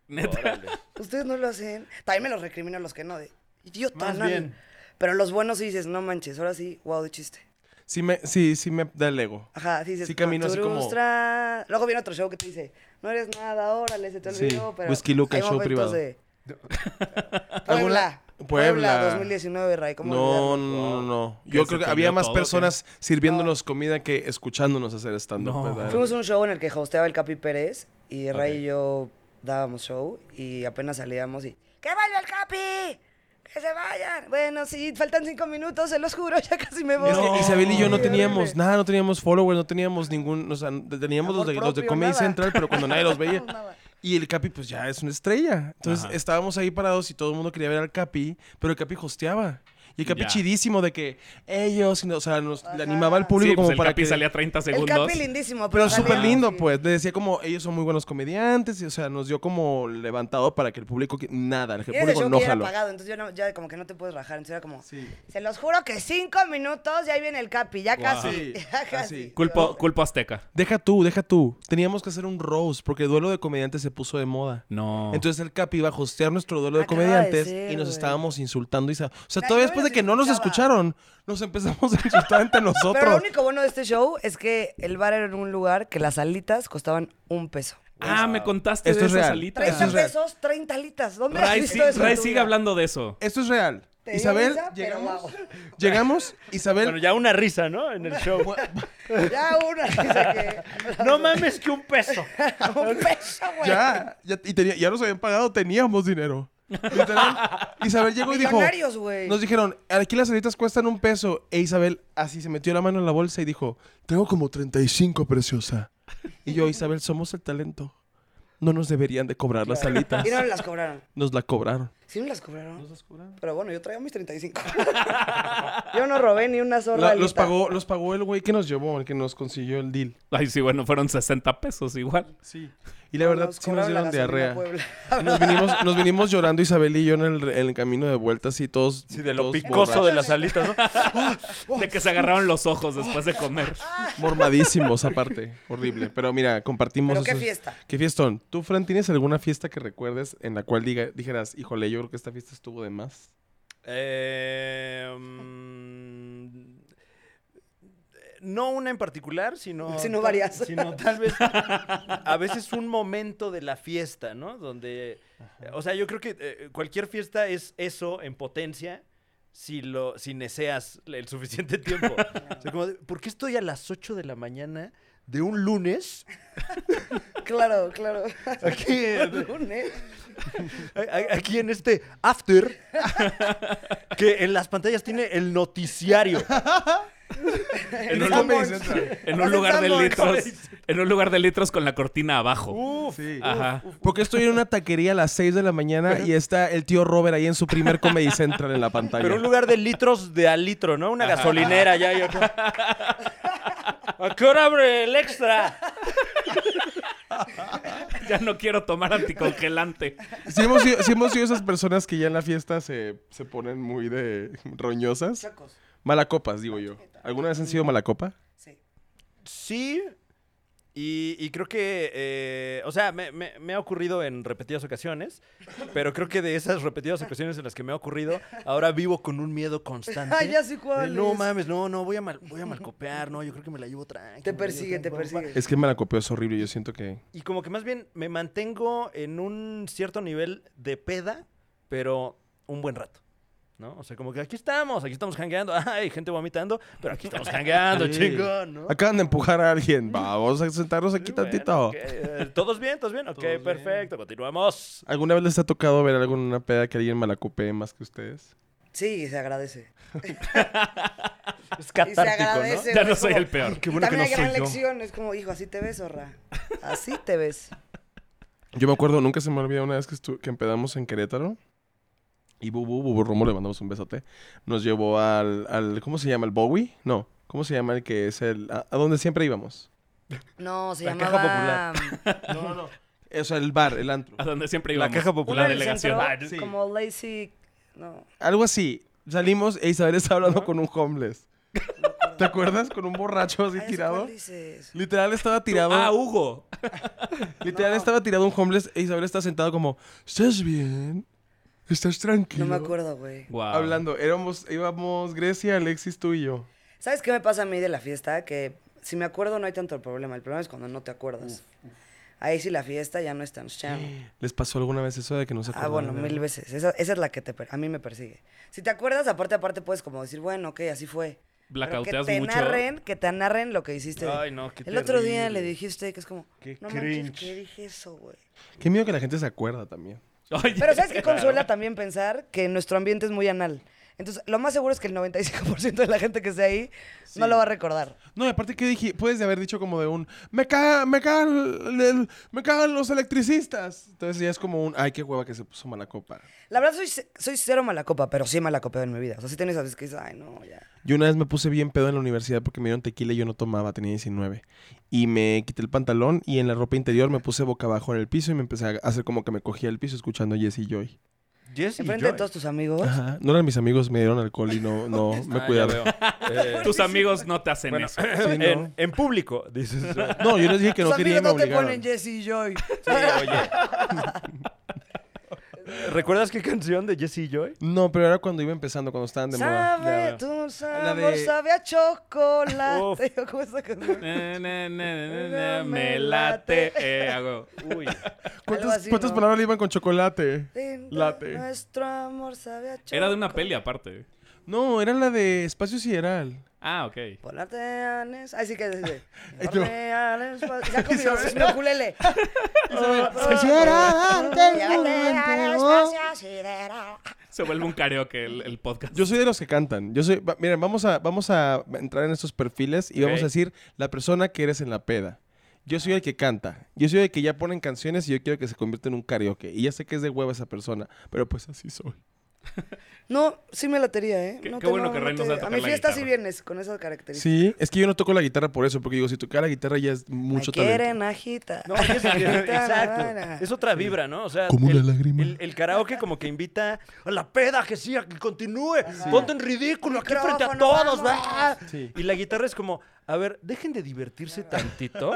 Neta. Ustedes no lo hacen. También me los recrimino a los que no. De, idiota, Más Más bien. Pero los buenos sí dices, no manches, ahora sí, wow, de chiste. Sí, me, sí, sí me da el ego. Ajá, sí dices. Sí camino así como- "Turustra". Luego viene otro show que te dice, no eres nada, órale, se te Sí, olvidó. pero Whisky Luca, hay show momentos privado. de- Puebla. Puebla. Puebla. 2019, Ray. ¿cómo No, no, no, olvidarlo? no. Que Yo se creo que te había olvidó más todo, ¿o qué? personas sirviéndonos comida que escuchándonos hacer stand-up. No. ¿verdad? Fuimos a un show en el que hosteaba el Capi Pérez y Ray y yo dábamos show y apenas salíamos y ¡Que vaya el Capi! ¡Que se vayan! Bueno, sí, faltan cinco minutos, se los juro, ya casi me voy. Es que Isabel y yo no Sí, teníamos horrible. nada, no teníamos followers, no teníamos ningún, o sea, teníamos los de, Amor los de propio, Comedy nada. Central, pero cuando nadie los veía. Nada. Y el Capi, pues ya es una estrella. Entonces Ajá. estábamos ahí parados y todo el mundo quería ver al Capi, pero el Capi hosteaba. Y el Capi Ya. chidísimo de que ellos, y no- o sea, nos le animaba al público Sí, como pues el para Capi que... salía 30 El segundos. Capi lindísimo. Pero salía súper lindo, así. pues. Le decía como, ellos son muy buenos comediantes, y o sea, nos dio como levantado para que el público... que- Nada, el Y era el público show no que ya era jaló. pagado, entonces yo no- ya como que no te puedes rajar. Entonces era como, Sí. se los juro que cinco minutos y ahí viene el Capi, ya Wow. Sí, casi. Ya así. casi. Culpo, culpo azteca. Deja tú, deja tú. Teníamos que hacer un roast porque duelo de comediantes se puso de moda. No. Entonces el Capi iba a hostear nuestro duelo de Acaba de comediantes ser, y nos güey. estábamos insultando. Isa. O sea, Nadie todavía después de nos que no nos escuchaba. escucharon, nos empezamos a insultar entre Pero lo nosotros. único bueno de este show es que el bar era en un lugar que las alitas costaban un peso. Ah, me contaste Esto de es esas real. alitas. 30 Eso es real. pesos, 30 alitas. ¿Dónde has Ray, visto sí- eso? en Ray tu sigue vida? hablando de eso. Esto es real. Te dio Isabel, risa, pero llegamos, wow. llegamos, Bueno, Isabel, ya una risa, ¿no? En el show. Ya una risa que... no mames que un peso. un peso, güey. ya, ya, y tenía- ya nos habían pagado, teníamos dinero. Literal, Isabel llegó y dijo, Millonarios, güey. nos dijeron, aquí las alitas cuestan un peso. E Isabel así se metió la mano en la bolsa y dijo, tengo como 35, preciosa. Y yo, Isabel, somos el talento. No nos deberían de cobrar las alitas. Y no las cobraron. Nos la cobraron. Sí, no las cobraron. Pero bueno, yo traía mis 35. yo no robé ni una sola La- alita. los, pagó, los pagó el güey que nos llevó, el que nos consiguió el deal. Ay, sí, bueno, fueron 60 pesos igual. Sí. Y la verdad, Nos sí nos cobraron la dieron gasolina diarrea. Puebla. Nos vinimos, nos vinimos llorando Isabel y yo en el, en el camino de vuelta, así todos. Sí, de lo todos picoso de las alitas, ¿no? De que se agarraron los ojos después de comer. borrachos, Mormadísimos, aparte. Horrible. Pero mira, compartimos. Pero qué esos- fiesta. Qué fiestón. ¿Tú, Fran, tienes alguna fiesta que recuerdes en la cual diga, Em, dijeras, híjole, yo creo que esta fiesta estuvo de más? Eh, mm, no una en particular, sino... Sino tal- varias. Sino tal vez a veces un momento de la fiesta, ¿no? Donde... O sea, yo creo que eh, cualquier fiesta es eso en potencia si lo si neseas el suficiente tiempo. O sea, como de, ¿por qué estoy a las 8 de la mañana de un lunes Claro, claro. aquí, en- Lunes. a- a- aquí en este after que en las pantallas tiene el noticiario? En un, Está lu- Comedy Central. en un lugar de Estamos- litros. En un lugar de litros con la cortina abajo. Uf, Sí. Ajá. Porque estoy en una taquería a las 6 de la mañana y está el tío Robert ahí en su primer Comedy Central en la pantalla. Pero un lugar de litros de al litro, ¿no? Una gasolinera ya. y acá. ¿A qué hora abre el extra? Ya no quiero tomar anticongelante. Sí hemos, sido, sí hemos sido esas personas que ya en la fiesta se, se ponen muy de roñosas. Chacos. Malacopas, digo yo. ¿Alguna vez han sido malacopa? Sí. Sí. Y, y creo que, eh, o sea, me, me- me ha ocurrido en repetidas ocasiones, pero creo que de esas repetidas ocasiones en las que me ha ocurrido, ahora vivo con un miedo constante. Ay, ya sé cuál De, No es". mames, no, no, voy a, mal, voy a malcopear, no, yo creo que me la llevo tranqui. Te me la llevo persigue, tranqui, te va, va, va. persigue. Es que malacopeo es horrible. Yo siento que... Y como que más bien me mantengo en un cierto nivel de peda, pero un buen rato. ¿No? O sea, como que aquí estamos, aquí estamos jangueando. Ay, gente vomitando, pero aquí estamos jangueando, Sí. chingón, ¿no? Acaban de empujar a alguien. Vamos a sentarnos aquí Bueno, tantito. ok, eh, ¿Todos bien? ¿Todos bien? Ok, Todos bien. perfecto, continuamos. ¿Alguna vez les ha tocado ver algo en una peda que alguien malacopee más que ustedes? Sí, se agradece. Es Y catártico, se agradece. Ya güey, no es soy como- el peor. Y también hay gran lección. Es como, hijo, así te ves, zorra. Así te ves. Yo me acuerdo, nunca se me olvida una vez que, estu- que empedamos en Querétano. Y Bubu, Bubu Romo, le mandamos un besote. Nos llevó al, al- ¿Cómo se llama? ¿El Bowie? No. ¿Cómo se llama el que es el. a, a donde siempre íbamos? No, se La caja llamaba... No, no, no. O sea, el bar, el antro. A donde siempre íbamos. caja popular. La del delegación. centro, Ah, no. sí. Como Lazy... No. Algo así. Salimos e Isabel está hablando con un homeless. ¿Te acuerdas? Con un borracho así Ay, ya sé tirado. cuál dices. Literal estaba tirado. Ah, Hugo. Literal No. estaba tirado un homeless e Isabel está sentado como, ¿estás bien? ¿Estás tranquilo? No me acuerdo, güey. Wow. Hablando, éramos, íbamos Grecia, Alexis, tú y yo. ¿Sabes qué me pasa a mí de la fiesta? Que si me acuerdo no hay tanto el problema. El problema es cuando no te acuerdas. Ahí sí la fiesta ya no es tan cham. ¿Les pasó alguna vez eso de que no se Ah, acordaron bueno, de mil algo? veces. Esa, esa es la que te, per- a mí me persigue. Si te acuerdas, aparte, aparte puedes como decir, bueno, ok, así fue. Pero que Blackouteas te mucho. narren, que te narren lo que hiciste. Ay, no, qué El otro día terrible. le dije a usted que es como, Qué no manches, cringe. ¿qué dije eso, güey? Qué miedo que la gente se acuerda también. Oye, Pero ¿sabes qué claro. consuela también pensar? Que nuestro ambiente es muy anal. Entonces, lo más seguro es que el 95% de la gente que esté ahí no lo va a recordar. No, y aparte que dije, puedes haber dicho como de un, me caga, me cagan, el- el- me cagan los electricistas. Entonces ya es como un, ay, qué hueva que se puso mala copa. La verdad, soy, c- soy cero mala copa, pero sí mala copa en mi vida. O sea, sí tienes a veces que dices, ay, no, ya. Yo una vez me puse bien pedo en la universidad porque me dieron tequila y yo no tomaba, tenía 19. Y me quité el pantalón y en la ropa interior me puse boca abajo en el piso y me empecé a hacer como que me cogía el piso escuchando Jesse Joy. Jesse y Enfrente de Joy. todos tus amigos. Ajá. No eran mis amigos, me dieron alcohol y no, no Ah, me ya cuidaron. veo. Eh, Tus amigos no te hacen eso. Sí, no. en, en público, dices. No, yo les dije que tus no quería y amigos me no te obligaron. ponen Jesse y Joy. Sí, oye. ¿Recuerdas qué canción de Jesse y Joy? No, pero era cuando iba empezando, cuando estaban de moda. Sabe, Ya. tu La sabor de- sabe a Uf. chocolate. Yo como esa canción. Na, na, na, na, na, me late. Eh, hago. Uy. ¿Cuántas, Algo así, cuántas ¿no? palabras le iban con chocolate? Tinta, Late. Nuestro amor sabe a chocolate. Era de una peli aparte. No, era la de Espacio Sideral. Ah, ok. Ordeanes. Ay, sí que es ese. Ay, no. Ordeanes. Ya como si fuese un ukulele. Quisiera darte un momento. Se vuelve un karaoke el, el podcast. Yo soy de los que cantan. Yo soy, va- miren, vamos a, vamos a entrar en estos perfiles y vamos Ok. a decir la persona que eres en la peda. Yo soy el que canta. Yo soy el que ya ponen canciones y yo quiero que se convierta en un karaoke. Y ya sé que es de hueva esa persona, pero pues así soy. No, sí me latería, ¿eh? Qué- No qué bueno que Rey Reynolds nos va a A tocar mi la fiesta sí guitarra. vienes con esas características. Sí, es que yo no toco la guitarra por eso, porque digo, si tocar la guitarra ya es mucho Me quieren talento. agita. No, Jesse y Joy, exacto. Tarara. Es otra vibra, ¿no? O sea, Como una el- lágrima. El, el karaoke como que invita a la peda que sí, a que continúe. Ponte en ridículo aquí frente a Micrófono, todos. vamos. va. Sí. Y la guitarra es como, A ver, dejen de divertirse tantito,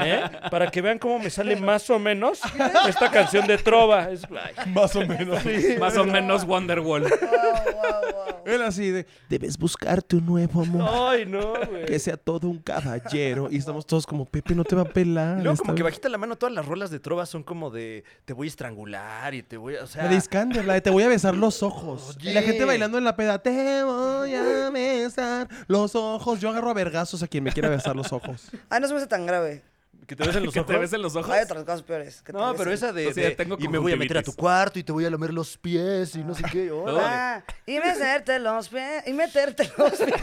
¿eh? Para que vean cómo me sale más o menos esta canción de trova. Es- ay, Más o menos. Más o menos Wonderwall. Wow, wow, wow. Él así de, debes buscar tu nuevo amor. Ay, no, güey. Que sea todo un caballero. Y estamos todos como, Pepe, no te va a pelar. Y luego esta como que vez". bajita la mano, todas las rolas de trova son como de te voy a estrangular y te voy a... O sea, La de Iskander, la de te voy a besar los ojos. Oye. Y la gente bailando en la peda, te voy a besar los ojos. Yo agarro a vergazos a quien me quiera besar los ojos. Ay, no se me hace tan grave. que te ves en los que ojos. te ves en los ojos. Hay otras cosas peores. que te No, pero besen. esa de... Entonces ya de, tengo y me voy a meter a tu conjuntivitis. cuarto y te voy a lamer los pies y no sé qué. órale. Ah, y meterte los pies. Y meterte los pies.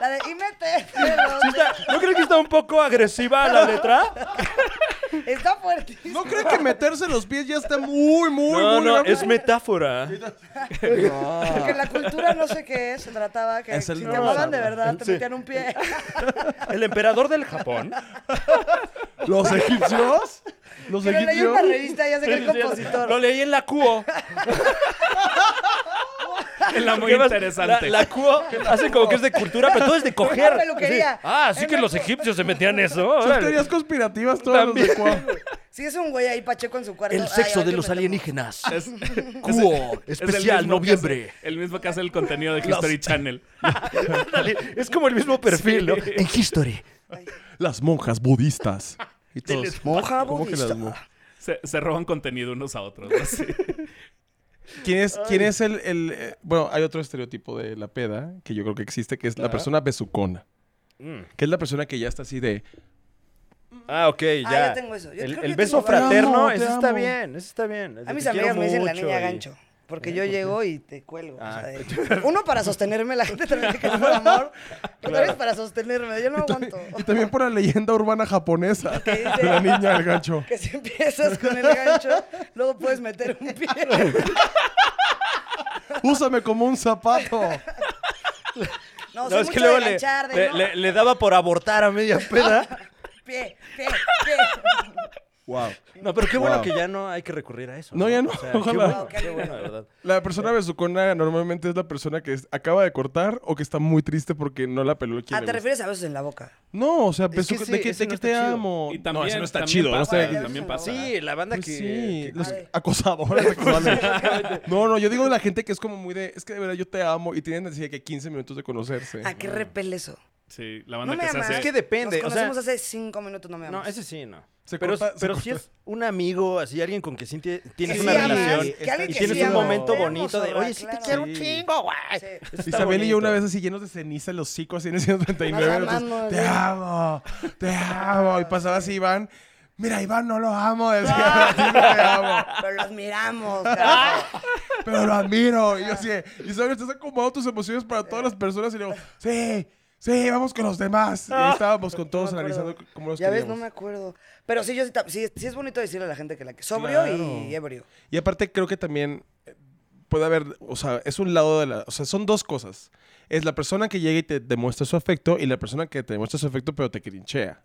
La de y meterte los Sí está- ¿No crees que está un poco agresiva la letra? pies. Está fuertísimo. ¿No creen que meterse los pies ya está muy, muy, No, muy no, grave? es metáfora. Porque en la cultura no sé qué se trataba. Que Es el si te no. amaban de verdad, te Sí. metían un pie. El emperador del Japón. ¿Los egipcios? ¿Los Pero leí egipcios? una revista, ya sé que el compositor. Lo leí en la CUO. Es la muy ¿Qué más? interesante. La, la CUO hace como que es de cultura, pero todo es de coger. una peluquería. Sí. Ah, así En que la los cu- egipcios se metían eso. Son órale. teorías conspirativas todas las de Cuau. Si es un güey ahí pacheco en su cuarto. El ay, sexo ay, de que los me tomo. alienígenas. Es- es- CUO, es el mismo especial, que hace- noviembre. el mismo que hace el contenido de History Channel. Ándale, es como el mismo perfil, ¿no? En History. Las monjas budistas. Y todos, Monja ¿cómo que las budista. monjas? Se, se roban contenido unos a otros. ¿no? Sí. ¿Quién es, quién es el, el, eh, Bueno, hay otro estereotipo de la peda que yo creo que existe, que es la persona besucona. Mm. Que es la persona que ya está así de... Ah, ok, ya. Ah, ya tengo eso. Yo el creo el que beso tengo varios. fraterno, Te amo, te eso está amo. bien, eso está bien. A mis amigas me dicen la niña gancho. Porque yo llego y te cuelgo. o sea, Eh, pues, Ah. de- uno para sostenerme, la gente también dice que es por amor. Otra vez para sostenerme, yo no aguanto. Y también por la leyenda urbana japonesa Que dice- de la niña del gancho. Que si empiezas con el gancho, luego puedes meter un pie. Úsame como un zapato. No, No, soy es mucho que luego de le, ganchar, de le- no, le- le daba por abortar a media peda. pie, pie, pie. Wow. No, pero qué bueno Wow. que ya no hay que recurrir a eso. No, ya no, qué ojalá. bueno, qué bueno, de verdad. La persona besucona normalmente es la persona que es- acaba de cortar o que está muy triste porque no la peló quien Ah, le gusta. te refieres a besos en la boca. No, o sea, Es que besuco- sí, de que, ese de no que está te chido. amo. Y también, no, eso no está también chido. no pasa, está- también pasa. Sí, la banda Pues que... sí, que- los Ay. acosadores sexuales. No, no, yo digo de la gente que es como muy de, es que de verdad yo te amo y tienen así de que 15 minutos de conocerse. ¿A qué repele eso? Sí, la banda No me Ah. que se amas. hace. Es que depende, Nos o sea- conocemos hace cinco minutos, no me amas. No, ese sí, no. Se pero corta- se pero corta. si es un amigo, así alguien con que sí tie- tienes sí una amas, relación que alguien y que tienes sí un amas. momento Te amo, bonito de, zorra, oye, sí te claro. quiero Sí. un chingo, güey. Sí. Eso está Isabel y yo una bonito. vez así llenos de ceniza los hocico, así en el 139. Nos nosotros, amamos, te güey. amo, te amo. Y pasaba así Iván, mira Iván no lo amo, Ah, decía, "Sí, no te amo, Pero los miramos, carajo. pero lo admiro. Y yo así, de, Isabel, estás acomodando tus emociones para todas las personas. Y le digo, sí, sí, vamos con los demás. Y ahí estábamos con todos No me acuerdo. analizando cómo los Ya ves, no queríamos. me acuerdo. Pero sí, yo sí, ta- sí, sí es bonito decirle a la gente que la que sobrio y Claro. ebrio. Y aparte creo que también eh, puede haber, o sea, es un lado de la, o sea, son dos cosas. Es la persona que llega y te demuestra su afecto y la persona que te demuestra su afecto pero te crinchea.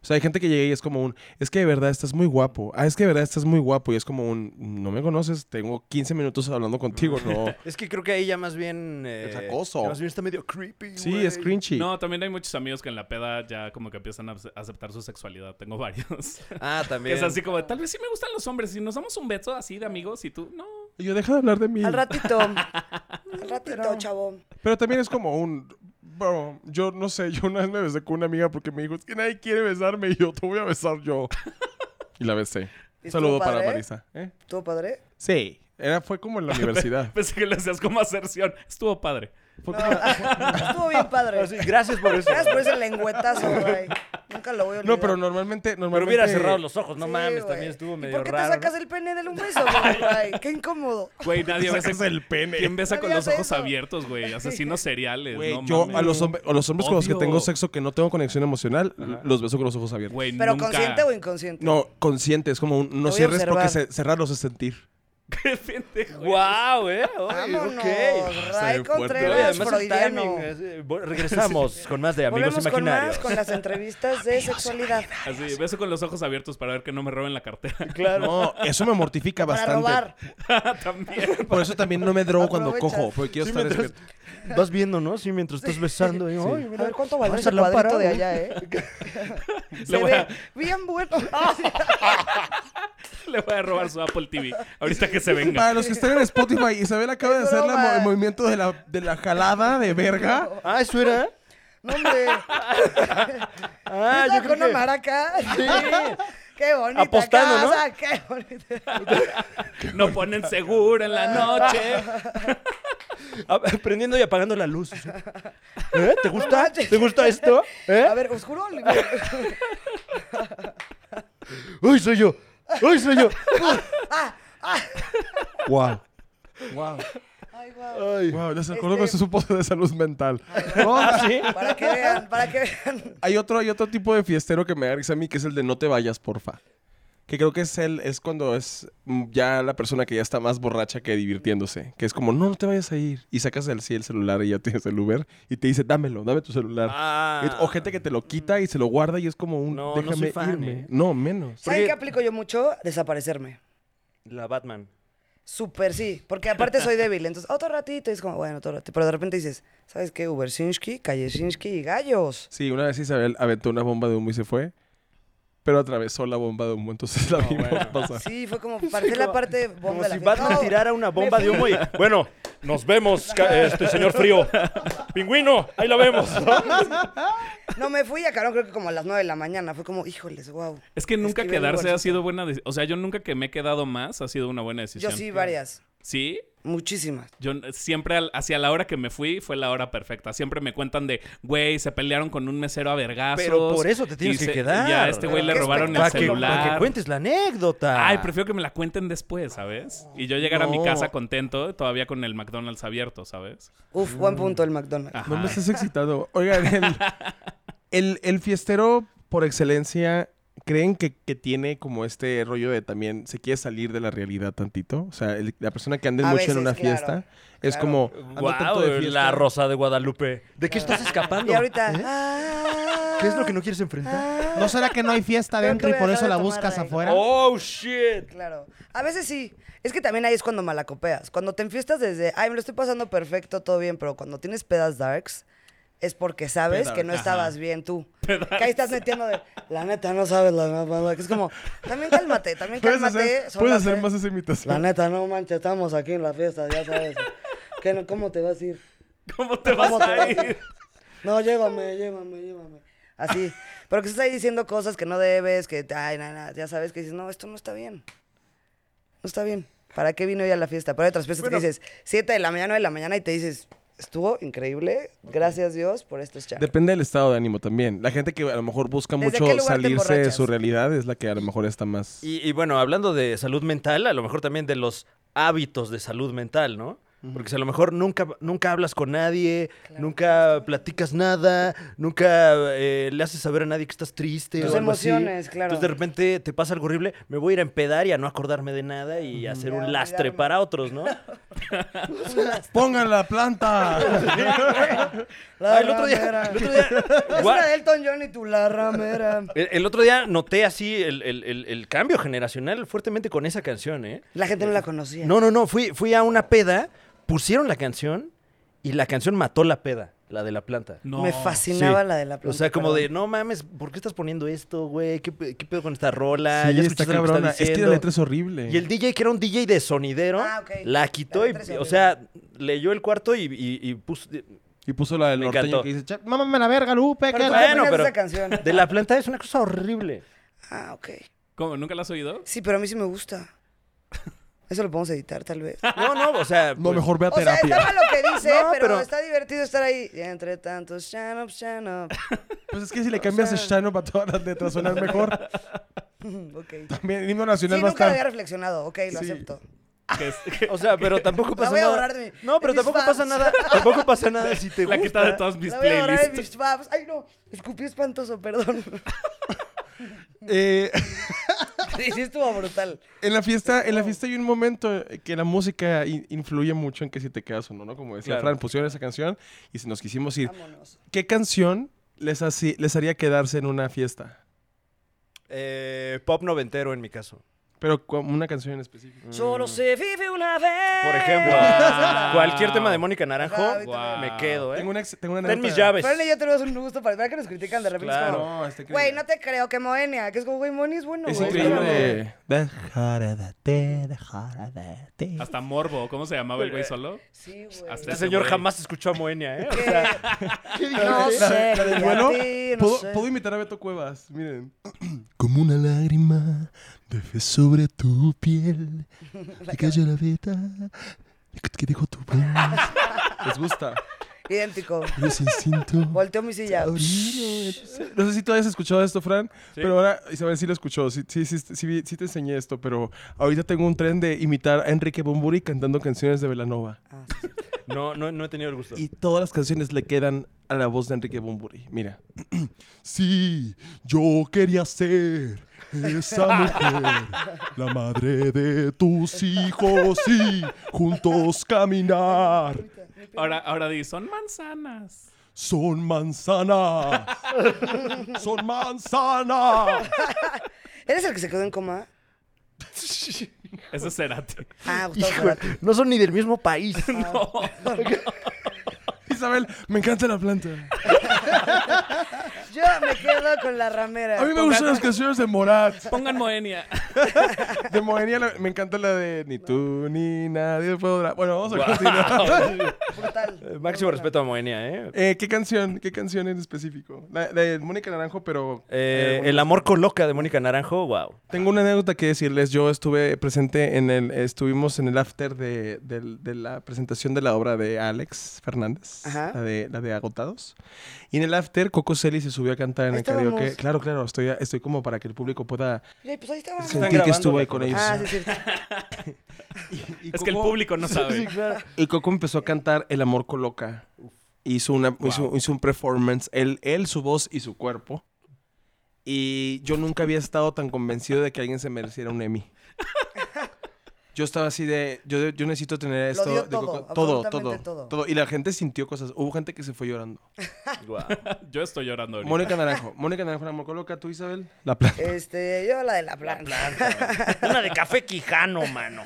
O sea, hay gente que llega y es como un, es que de verdad estás muy guapo. Ah, es que de verdad estás muy guapo. Y es como un, no me conoces, tengo 15 minutos hablando contigo, no. Es que creo que ahí ya más bien... eh, Es acoso. Más bien está medio creepy, Sí, güey. es cringy. No, también hay muchos amigos que en la peda ya como que empiezan a ace- aceptar su sexualidad. Tengo varios. Ah, que también. es así como, tal vez sí me gustan los hombres. Si nos damos un beso así de amigos y tú, no. Y Yo deja de hablar de mí. Al ratito. Al ratito, chavo. Pero también es como un, bro, yo no sé, yo una vez me besé con una amiga porque me dijo, es que nadie quiere besarme y yo te voy a besar yo. y la besé. ¿Y Un saludo estuvo para padre? Marisa. ¿eh? ¿Tú, padre? Sí. Era, fue como en la universidad. Pensé que le hacías como aserción. Estuvo padre. Fue como- Estuvo bien padre. Ah, sí, gracias por eso. Gracias por ese lengüetazo, güey. Nunca lo voy a olvidar. No, pero normalmente, normalmente... Pero hubiera cerrado los ojos, no Sí, mames, güey. también estuvo ¿Y medio ¿Por qué raro. te sacas el pene del un beso, güey? Ay, Qué incómodo. Güey, nadie besa. sacas el pene. ¿Quién besa con Nadie los hace ojos eso. abiertos, güey? Asesinos seriales. Güey, no yo mames. a los, hombre- a los hombres con los que Obvio. tengo sexo que no tengo conexión emocional, los beso con los ojos abiertos. Güey, ¿Pero nunca. consciente o inconsciente? No, consciente, es como un, no voy a cierres porque observar. se- cerrar los es sentir. Qué pendejo. ¡Guau, eh! Ay, Vámonos, ok. Ray Está bien fuerte. Oye, Contreras, además el freudiano. timing. eh, vol- Regresamos con más de Amigos Volvemos con Imaginarios. más, con las entrevistas de sexualidad. Así, beso con los ojos abiertos para ver que no me roben la cartera. Claro. No, eso me mortifica Para bastante. robar. También. Por eso también no me drogo cuando Aprovechas. cojo, porque quiero Sí, estar mientras- despierto. Vas viendo, ¿no? Sí, mientras estás besando. y, "Ay, A mira, ver cuánto valdrá vas ese a la cuadrito parada". de allá, ¿eh? Se voy ve a- bien bueno. Ah, Le voy a robar su Apple TV. Ahorita que se venga. Para los que estén en Spotify, Isabel acaba de Es hacer la mo- broma. el movimiento de la, de la jalada de eh?" verga. Ah, ¿eso era? No, hombre. Ah, Estaba yo con creo una que... maraca. Qué bonita Apostando, ¿no? casa, qué bonita. No ponen seguro en la noche. Ah, Prendiendo y apagando la luz. ¿Eh? ¿Te No gusta? manches. ¿Te gusta esto? ¿Eh? A ver, oscuro. ¡Uy, soy yo! ¡Uy, soy yo! Wow. Ay, guau. Ay. Wow, les acuerdo que eso Este- es un pozo de salud mental. No, Ah, Para que vean, para que vean. hay otro, hay otro tipo de fiestero que me da risa a mí, que es el de no te vayas, porfa. Que creo que es el, es cuando es mm, ya la persona que ya está más borracha que divirtiéndose. Que es como, no, no te vayas a ir. Y sacas el, sí, el celular y ya tienes el Uber y te dice, dámelo, dame tu celular. Ah. O gente que te lo quita y se lo guarda y es como un No, no déjame soy fan, irme. ¿eh? No, menos. ¿Saben Porque- qué aplico yo mucho? Desaparecerme. La Batman. Súper, sí. Porque aparte soy débil. Entonces, otro ratito. Y es como, bueno, otro ratito. Pero de repente dices, ¿sabes qué? Ubersinski, Kallesinski y gallos. Sí, una vez Isabel aventó una bomba de humo y se fue, pero atravesó la bomba de humo, entonces la vimos pasar. Sí, fue como, parté la parte bomba Como de la si fiesta. Batman No, tirara una me bomba de fui. humo y... Bueno, nos vemos, ca- este señor frío. Pingüino, ahí la vemos. No, me fui a Carón creo que como a las 9 de la mañana. Fue como, híjoles, wow. Es que nunca Escribe el quedarse ha bolsito. sido buena decisión. O sea, yo nunca que me he quedado más ha sido una buena Yo decisión. sí, varias. ¿Sí? Muchísimas. Yo n- siempre al- hacia la hora que me fui fue la hora perfecta. Siempre me cuentan de, güey, se pelearon con un mesero a vergazos. Pero por eso te tienes y que se- quedar. y a este güey le Qué robaron el Para que, celular. para que cuentes la anécdota. Ay, prefiero que me la cuenten después, ¿sabes? Y yo llegar a mi No. casa contento, todavía con el McDonald's abierto, ¿sabes? Uf, Mm. buen punto el McDonald's. Ah, Ajá. No me estás excitado. Oigan, el, el- el fiestero por excelencia, ¿creen que, que tiene como este rollo de también se quiere salir de la realidad tantito? O sea, el- la persona que anda A mucho en veces, una claro, fiesta es claro. Ah, como... ando tanto Guau, de fiesta. la rosa de Guadalupe. ¿De qué estás escapando? Y ahorita... ¿Eh? ah, ¿Qué es lo que no quieres enfrentar? ah. ¿No será que no hay fiesta Creo adentro que y voy a por dejar eso de la tomar buscas Raid. afuera? Oh, shit. Claro. A veces sí. Es que también ahí es cuando malacopeas. Cuando te enfiestas desde, ay, me lo estoy pasando perfecto, todo bien, pero cuando tienes pedas darks, es porque sabes Pedas, que no ajá. estabas bien tú. Que ahí estás metiendo de, la neta, no sabes la neta. Que es como, también cálmate, también Puedes cálmate. hacer, son puedes las hacer tres". más esa La imitación. neta, no manches, estamos aquí en la fiesta, ya sabes. ¿Qué no- ¿Cómo te vas a ir? ¿Cómo te vas ¿Cómo te a vas? ir? No, llévame, llévame, llévame. Así. Pero que estás ahí diciendo cosas que no debes, que, ay, nada, ya sabes que dices, no, esto no está bien. No está bien. ¿Para qué vino ella a la fiesta? Pero hay otras fiestas que dices, 7 de la mañana, 9 de la mañana, y te dices, estuvo increíble, gracias Dios por este estos chats. Depende del estado de ánimo también. La gente que a lo mejor busca ¿Desde mucho qué lugar te salirse de su emborrachas? realidad es la que a lo mejor está más... Y, y bueno, hablando de salud mental, a lo mejor también de los hábitos de salud mental, ¿no? Porque si a lo mejor nunca, nunca hablas con nadie, nunca platicas nada, nunca eh, le haces saber a nadie que estás triste. Tus o algo así. emociones, claro. Entonces de repente te pasa algo horrible, me voy a ir a empedar y a no acordarme de nada y a hacer Y a un lastre olvidarme. para otros, ¿no? ¡Pongan la planta! La Ah, el otro día- ramera. el otro día- Es Gua- una de Elton John y tú, la ramera. El, el otro día noté así el, el- el- el cambio generacional fuertemente con esa canción, ¿eh? La gente no la conocía. No, no, no, fui, fui a una peda, pusieron la canción y la canción mató la peda, la de la planta. No. Me fascinaba Sí. la de la O planta. sea, como perdón. de, no mames, ¿por qué estás poniendo esto, güey? ¿Qué, pe- qué pedo con esta rola? sí, está ¿Ya escuchaste lo que cabrona. está es que la diciendo?" letra es horrible. Y el DJ, que era un DJ de sonidero, Ah, ok. la La quitó letra es y, o horrible. sea, leyó el cuarto y, y- y puso... Y puso la del Me norteño encantó. que dice, "Cha- Mámame la verga, Lupe. Pero que- tú Bueno, bueno, pero- esa canción. De la planta es una cosa horrible. Ah, ok. ¿Cómo? ¿Nunca la has oído? Sí, pero a mí sí me gusta. Eso lo podemos editar, tal vez. No, no, o sea... no, pues, mejor ve a O sea, terapia. está mal lo que dice, No, pero, pero- está divertido estar ahí. Y entre tantos, shut up, shut up. Pues es que si le cambias sea- el Shano a todas las letras suena mejor. ok. También el himno Sí, nacional va a nunca lo estar. había reflexionado. Ok, lo Sí. acepto. Que es- que O sea, pero tampoco La pasa voy a nada. borrar de mi- no, pero de mis tampoco pasa fans. nada. Tampoco pasa nada si te la gusta. quita de todas mis La voy a borrar de playlists. mis babs. Ay, no. Escupí espantoso, perdón. Eh, Sí, sí estuvo brutal. en, la fiesta, en la fiesta hay un momento que la música i- influye mucho en que si te quedas o no, ¿no? Como decía Claro. Fran, pusieron esa canción y si nos quisimos ir. Vámonos. ¿Qué canción les, haci- les haría quedarse en una fiesta? Eh, pop noventero en mi caso. Pero como una canción en específico. Solo se vive una vez. Por ejemplo, ah, Wow. cualquier tema de Mónica Ajá, Naranjo, ahorita Wow. me quedo, ¿eh? Tengo una, ex- tengo una Ten mis anécdota- llaves. Fran y yo tenemos un gusto para ver que nos critican de repente. es Claro. como, No, este, está increíble. Güey, no te creo que Moenia, que es como, güey, Moni es bueno. Es güey, espérame. increíble. Ve- Jórdate, jórdate. Hasta Morbo, ¿cómo se llamaba el güey solo? Sí, güey. Hasta Este señor güey. jamás escuchó a Moenia, ¿eh? O Que- sea, No sé, La del güey, bueno, a ti, no puedo, sé. puedo imitar a Beto Cuevas, miren. Como una lágrima bebe sobre tu piel, te cayó la veta que dejó tu voz. Les gusta. Idéntico. Los instinto. Volteo mi silla. No sé si tú hayas escuchado esto, Fran, pero ahora Isabel sí lo escuchó. Sí, sí, sí, sí, vi- sí te enseñé esto, pero ahorita tengo un tren de imitar a Enrique Bumburi cantando canciones de Velanova. no, no, no he tenido el gusto. Y todas las canciones le quedan a la voz de Enrique Bumburi. Mira. Sí, yo quería ser esa mujer, la madre de tus hijos y juntos caminar. Ahora, ahora di, son manzanas. Son manzanas. Son manzanas. ¿Eres el que se quedó en coma? Ese es Cerati. Ah, Gustavo Cerati. no son ni del mismo país. Isabel, me encanta la planta. Yo me quedo con la ramera. A mí me gustan las canciones de Morat. Pongan Moenia. De Moenia la- me encanta la de Ni tú ni nadie podrá. Bueno, vamos a continuar. Brutal. Máximo respeto a Moenia, ¿eh? Eh, ¿Qué canción? ¿Qué canción en específico? La, la de Mónica Naranjo, pero... Eh, eh, el amor coloca de Mónica Naranjo, wow. Tengo una anécdota que decirles. Yo estuve presente en el... Estuvimos en el after de, del- de la presentación de la obra de Alex Fernández. Ajá. La de, la de Agotados. Y en el after, Coco Celis se subió a cantar en Ahí el karaoke. estábamos. Claro, claro. Estoy, estoy como para que el público pueda Güey, pues ahí estaba. sentir que estuvo ahí grabándole, con Coco. ellos. Ah, sí, sí. Y Es que el Coco- público no sabe. Y Coco empezó a cantar El amor coloca. Hizo, una, hizo, hizo un performance, él, él, su voz y su cuerpo. Y yo nunca había estado tan convencido de que alguien se mereciera un Emmy. Yo estaba así de, yo, yo necesito tener Lo esto. dio de todo, Coco. todo, todo, absolutamente todo, todo. Y la gente sintió cosas. Hubo gente que se fue llorando. Yo estoy llorando ahorita. Mónica Naranjo. Mónica Naranjo, El amor coloca, tú Isabel. La plata. Este, yo la de la planta. Una de café quijano, mano.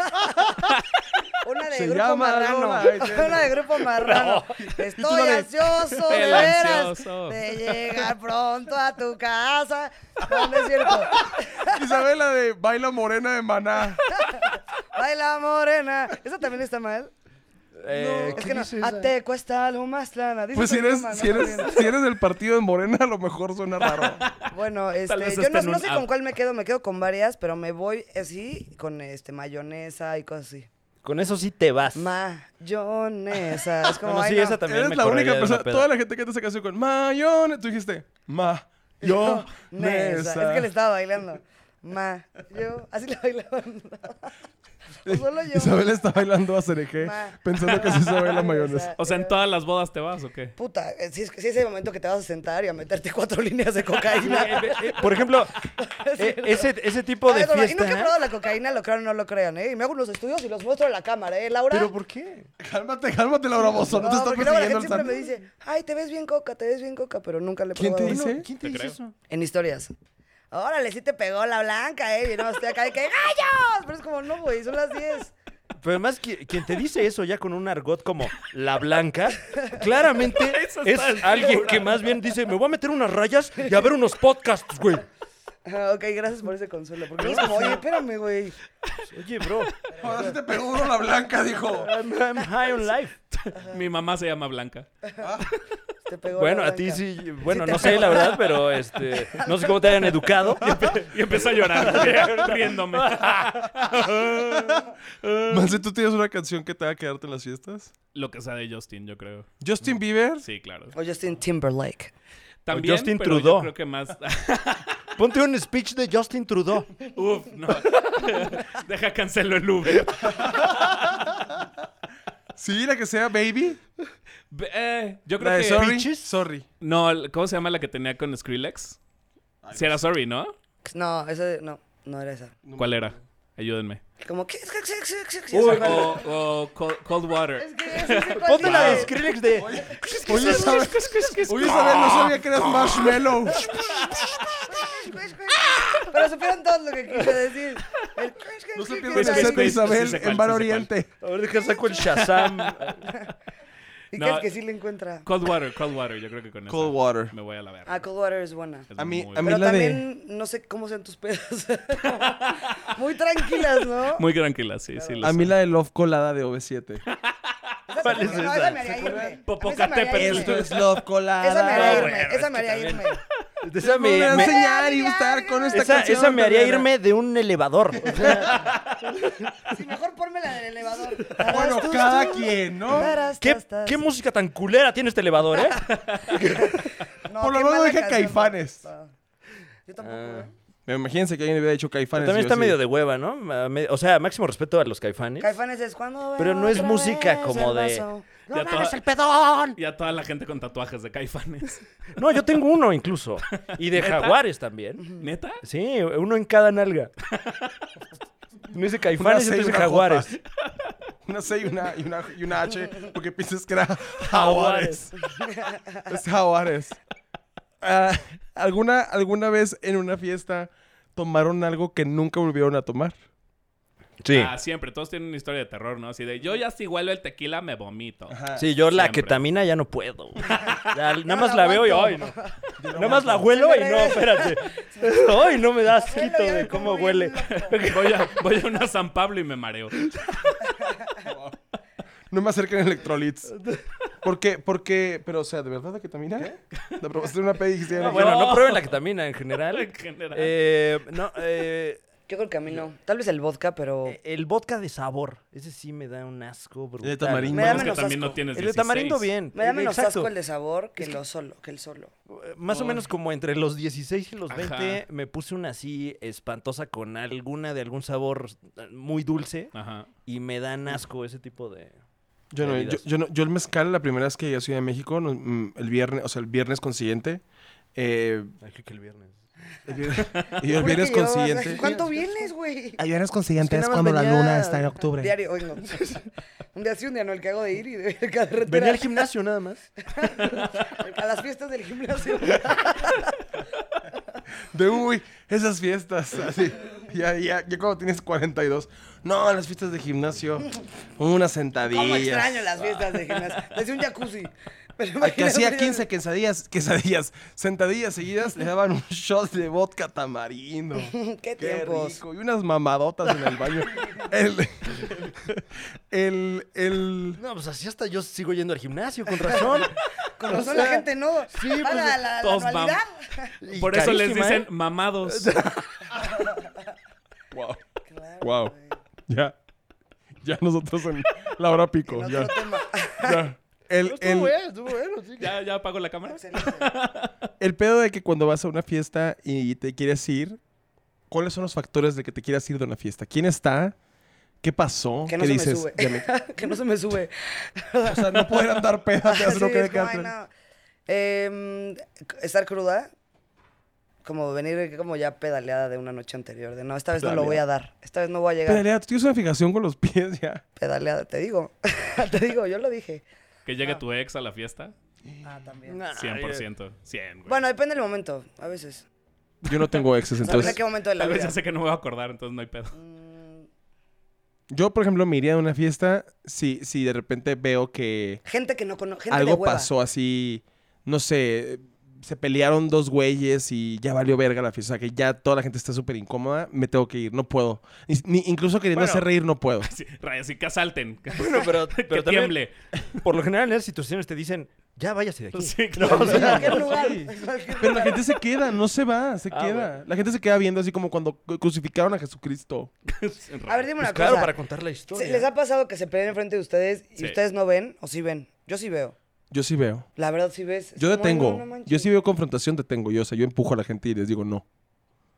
Una de Se grupo llama marrano. Lola, ahí tiene. Una de grupo marrano. Estoy ansioso, de El veras, ansioso. de llegar pronto a tu casa. No, no es cierto. Isabel, la de Baila Morena de Maná. Baila morena. ¿Esa también está mal? Eh, Es que no. A te cuesta lo más lana. Dice Pues si también eres, mal, ¿no? si, eres, si eres del partido de Morena, a lo mejor suena raro. Bueno, vez este, yo está no, en no un sé app. con cuál me quedo. Me quedo con varias, pero me voy así con este mayonesa y cosas así. Con eso sí te vas. Mayonesa. Es como, Bueno, ay, sí, no. esa también Eres me la correría única de una persona. peda. Toda la gente que te esa canción con Mayonesa. Tú dijiste Ma. Yo, Nesa. Es que le estaba bailando. Ma, yo, así la bailaban. O solo yo. Isabel está bailando a Cereje Ma. pensando que sí sabe la O mayonesa. sea, O sea, ¿en todas las bodas te vas o qué? Puta, eh, si es, si es el momento que te vas a sentar y a meterte cuatro líneas de Eh, cocaína. eh, eh, Por ejemplo, eh, ese, ese tipo de Ay, gorda, y fiesta. ¿eh? nunca he probado la cocaína, lo crean o no lo crean, ¿eh? Y me hago unos estudios y los muestro a la cámara, ¿eh, Laura? ¿Pero por qué? Cálmate, cálmate, Laura Bozo. No, te está porque luego la persiguiendo gente el siempre me santo. dice, ay, te ves bien coca, te ves bien coca, pero nunca le he ¿Quién te probado. dice? ¿Quién Te creo. En historias. Órale, sí te pegó la blanca, ¿eh? Y no, estoy acá de que, ¡gallos! Pero es como, no, güey, son las 10. Pero además, qui- quien te dice eso ya con un argot como la blanca, claramente Eso es está alguien segura. que más bien dice, me voy a meter unas rayas y a ver unos podcasts, güey. Ah, ok, gracias por ese consuelo. Porque no es como, oye, espérame, güey. Oye, bro, Ahora sí te pegó uno la blanca, dijo. I'm, I'm high on life. Mi mamá se llama Blanca. Te pegó Bueno, la a ti blanca. sí, bueno, Sí te no sé, pego. la verdad, pero este, no sé cómo te hayan educado. Y empecé a llorar, riéndome. Manse, ¿tú tienes una canción que te va a quedarte en las fiestas? Lo que sea de Justin, yo creo. Justin Bieber. Sí, claro. O Justin Timberlake. También, Justin pero yo Trudeau. creo que más... Ponte un speech de Justin Trudeau. Uf, no. Deja cancelo el Uber. Sí, la que sea Baby. Ve- eh, yo creo La de que... Sorry. Peaches. Sorry. No, el- ¿cómo se llama la que tenía con Skrillex? Si era Sorry, ¿no? No, esa no, no era esa. ¿Cuál era? Ayúdenme. Como que es que es que es que es que O, es que- o Cold, Cold Water. es que es que- es que- Ponte la de Skrillex de... Oye, Isabel, oye, Isabel, no sabía que eras Marshmallow. Pero supieron todo lo que quise decir. El- No se qué- pierdan qué- Santa qué- Isabel sí sé cuál, en Bar sí sé Oriente. A ver, deja saco el Shazam. ¿Y No. crees que sí le encuentra? Cold Water, Cold Water, yo creo que con eso. Cold Water. Me voy a la verga. Ah, Coldwater es buena. Es A mí- muy a mí buena. Pero la de- también no sé cómo sean tus pedos. Muy tranquilas, ¿no? Muy tranquila, sí, sí. lo A mí sé. la de Love Colada de OV7. Esa ¿Cuál es se- no, esa? esa me haría irme. A mí esa me haría Popocatépetl. irme. Esto Love es Esa me haría Ah, Colada. bueno, irme. es Esa que me haría irme. Esa me, Me me- enseñar y estar con esta esa- canción. esa me haría Tatiana. irme de un elevador. O sea, Sí, mejor ponme la del elevador. Bueno, Tarastus, cada tus. quien, ¿no? Tarastas, ¿Qué, tas. qué música tan culera tiene este elevador, eh? No, Por lo qué menos mala dije canción, Caifanes. papá. Yo tampoco. Ah. ¿eh? Imagínense que alguien hubiera dicho Caifanes. También yo está sí. medio de hueva, ¿no? A me- O sea, máximo respeto a los caifanes. Caifanes es cuando. Pero no es otra música vez como el de- vaso. No Ya mames, toda- el pedón. Y a toda la gente con tatuajes de caifanes. No, yo tengo uno incluso. Y de ¿Neta? jaguares también. ¿Neta? Sí, uno en cada nalga. No dice caifanes, Una C y otro dice una J. jaguares. Una C y una, y una, y una H, porque piensas que era Jaguares. es Jaguares. Ah, ¿alguna, ¿Alguna vez en una fiesta tomaron algo que nunca volvieron a tomar? Sí. Ah, siempre. Todos tienen una historia de terror, ¿no? Así de, yo ya si huelo el tequila me vomito. Sí, yo la Siempre. ketamina ya no puedo. Ya, no nada más la la veo y aguanto. ay, no. Nada más la huelo Se y me no, espérate. Ay, no me da asquito de cómo huele. Voy a, voy a una San Pablo y me mareo. No me acerquen electrolits. ¿Por qué? Porque, pero, o sea, ¿de verdad la ketamina? La probaste en una peda y dijiste, No, Ah, Bueno, no No. prueben la ketamina en general. En general. Eh, no, eh, Yo creo que a mí no. Tal vez el vodka, pero. Eh, el vodka de sabor. Ese sí me da un asco brutal. El de tamarindo. Me da es que menos también asco. no tienes El de tamarindo 16. bien. Me da menos Exacto. Eh, asco el de sabor que, lo solo, que el solo. Más o menos como entre los 16 y los Ajá. 20 me puse una así espantosa con alguna de algún sabor eh, muy dulce Ajá. y me dan asco ese tipo de... Yo no, yo, bebidas. yo no, yo el mezcal la primera vez que llegué a Ciudad de México, no, mm, el viernes, o sea, el viernes consiguiente, eh, Ay, creo que el viernes. el viernes- y yo el Juro viernes que ¿eh? yo- consiguiente. ¿Cuánto vienes, güey? Ayudarnos consiguientes Es que nada más cuando la venía- luna está en octubre. Diario, oigo. un día sí, un día no, el que hago de ir y de carretera. Venía al gimnasio nada más. A las fiestas del gimnasio. De uy, esas fiestas. Así. Ya, ya, ya cuando tienes 42. No, las fiestas de gimnasio. Unas sentadillas. ¿Cómo extraño las fiestas del gimnasio? Desde un jacuzzi. Pero Al que imagínate- hacía 15 quesadillas, quesadillas, sentadillas seguidas, le daban un shot de vodka tamarindo. Mm, Qué ¿Qué tiempos? rico. Y unas mamadotas en el baño. El, el, el- No, pues así hasta yo sigo yendo al gimnasio, con razón. Con O razón sea, la gente no. sí, Paga pues, la, la todos van. anualidad. Y Por eso les carísima, dicen ¿eh? mamados. Wow. Claro, Wow. güey. Ya. Ya nosotros en la hora pico. En otro Pues Ya. tema. ya. El, Estuvo el, bueno, estuvo bueno, sí. ¿Ya, ¿Ya apago la cámara? Excelente. El pedo de que cuando vas a una fiesta y te quieres ir, ¿cuáles son los factores de que te quieras ir de una fiesta? ¿Quién está? ¿Qué pasó? Que no ¿Qué se dices? me sube. Ya me- que no se me sube. O sea, no poder andar pedas, te hace no Sí, querer es como, quedarte. ay, no. Em, c- estar cruda. Como venir como ya pedaleada de una noche anterior. De no, esta vez no lo voy a dar. Esta vez no voy a llegar. Pero, Lea, tú tienes una fijación con los pies ya. Pedaleada, te digo. te digo, yo lo dije. Que llegue tu ex a la fiesta. Ah, también. Nah, 100%. 100, güey. Bueno, depende del momento, a veces. Yo no tengo exes, O sea, depende de entonces... qué momento de la Tal vez vida. ya sé que no me voy a acordar, entonces no hay pedo. Mm, Yo, por ejemplo, me iría a una fiesta si, si de repente veo que Gente que no conoce, gente de algo hueva. pasó así, no sé... Se pelearon dos güeyes y ya valió verga la fiesta. O sea, que ya toda la gente está súper incómoda. Me tengo que ir, no puedo. Ni- ni- incluso queriendo Bueno. hacer reír, no puedo. Sí, rayas, y que asalten. Bueno, pero, que pero también, tiemble. por lo general en esas situaciones te dicen, ya váyase de aquí. Sí, No, claro. o En sea, cualquier lugar. en cualquier Pero la lugar. gente se queda, no se va, se Ah, queda. La gente se queda viendo así como cuando cu- crucificaron a Jesucristo. A ver, dime pues una claro, cosa. para contar la ¿Se- historia. ¿Les ha pasado que se peleen enfrente de ustedes y Sí. ustedes no ven o sí ven? Yo sí veo. Yo sí veo. La verdad sí ves. Es Yo como, ay, no, detengo. no manches. yo sí veo confrontación, detengo. Yo, o sea, yo empujo a la gente y les digo no.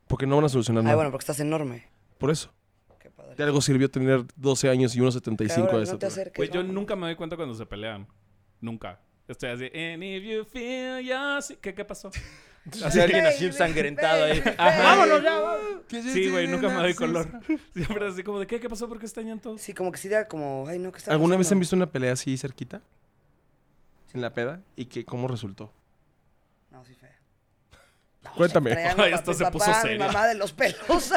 Porque no van a solucionar Ay, nada. bueno, porque estás enorme. Por eso. Qué padre. De algo sirvió tener 12 años y 1.75 Ahora, de no te estatura. acerques. Güey, Pues yo no. nunca me doy cuenta cuando se pelean. Nunca. Estoy así, and if you feel your si-" ¿Qué, ¿Qué pasó? Así alguien así ensangrentado ahí. Ajá. Vámonos ya. Sí, güey, nunca me doy color. Siempre así como de, ¿qué, ¿Qué pasó? ¿Por qué están llantos? Sí, como que sí da como, ay, no, ¿qué está ¿Alguna vez pasando? han visto una pelea así cerquita? En la peda. ¿Y que, cómo resultó? No, sí fea. Cuéntame. Traían a Ay, mi esto se papá, puso a mi serio. mamá de los pelos.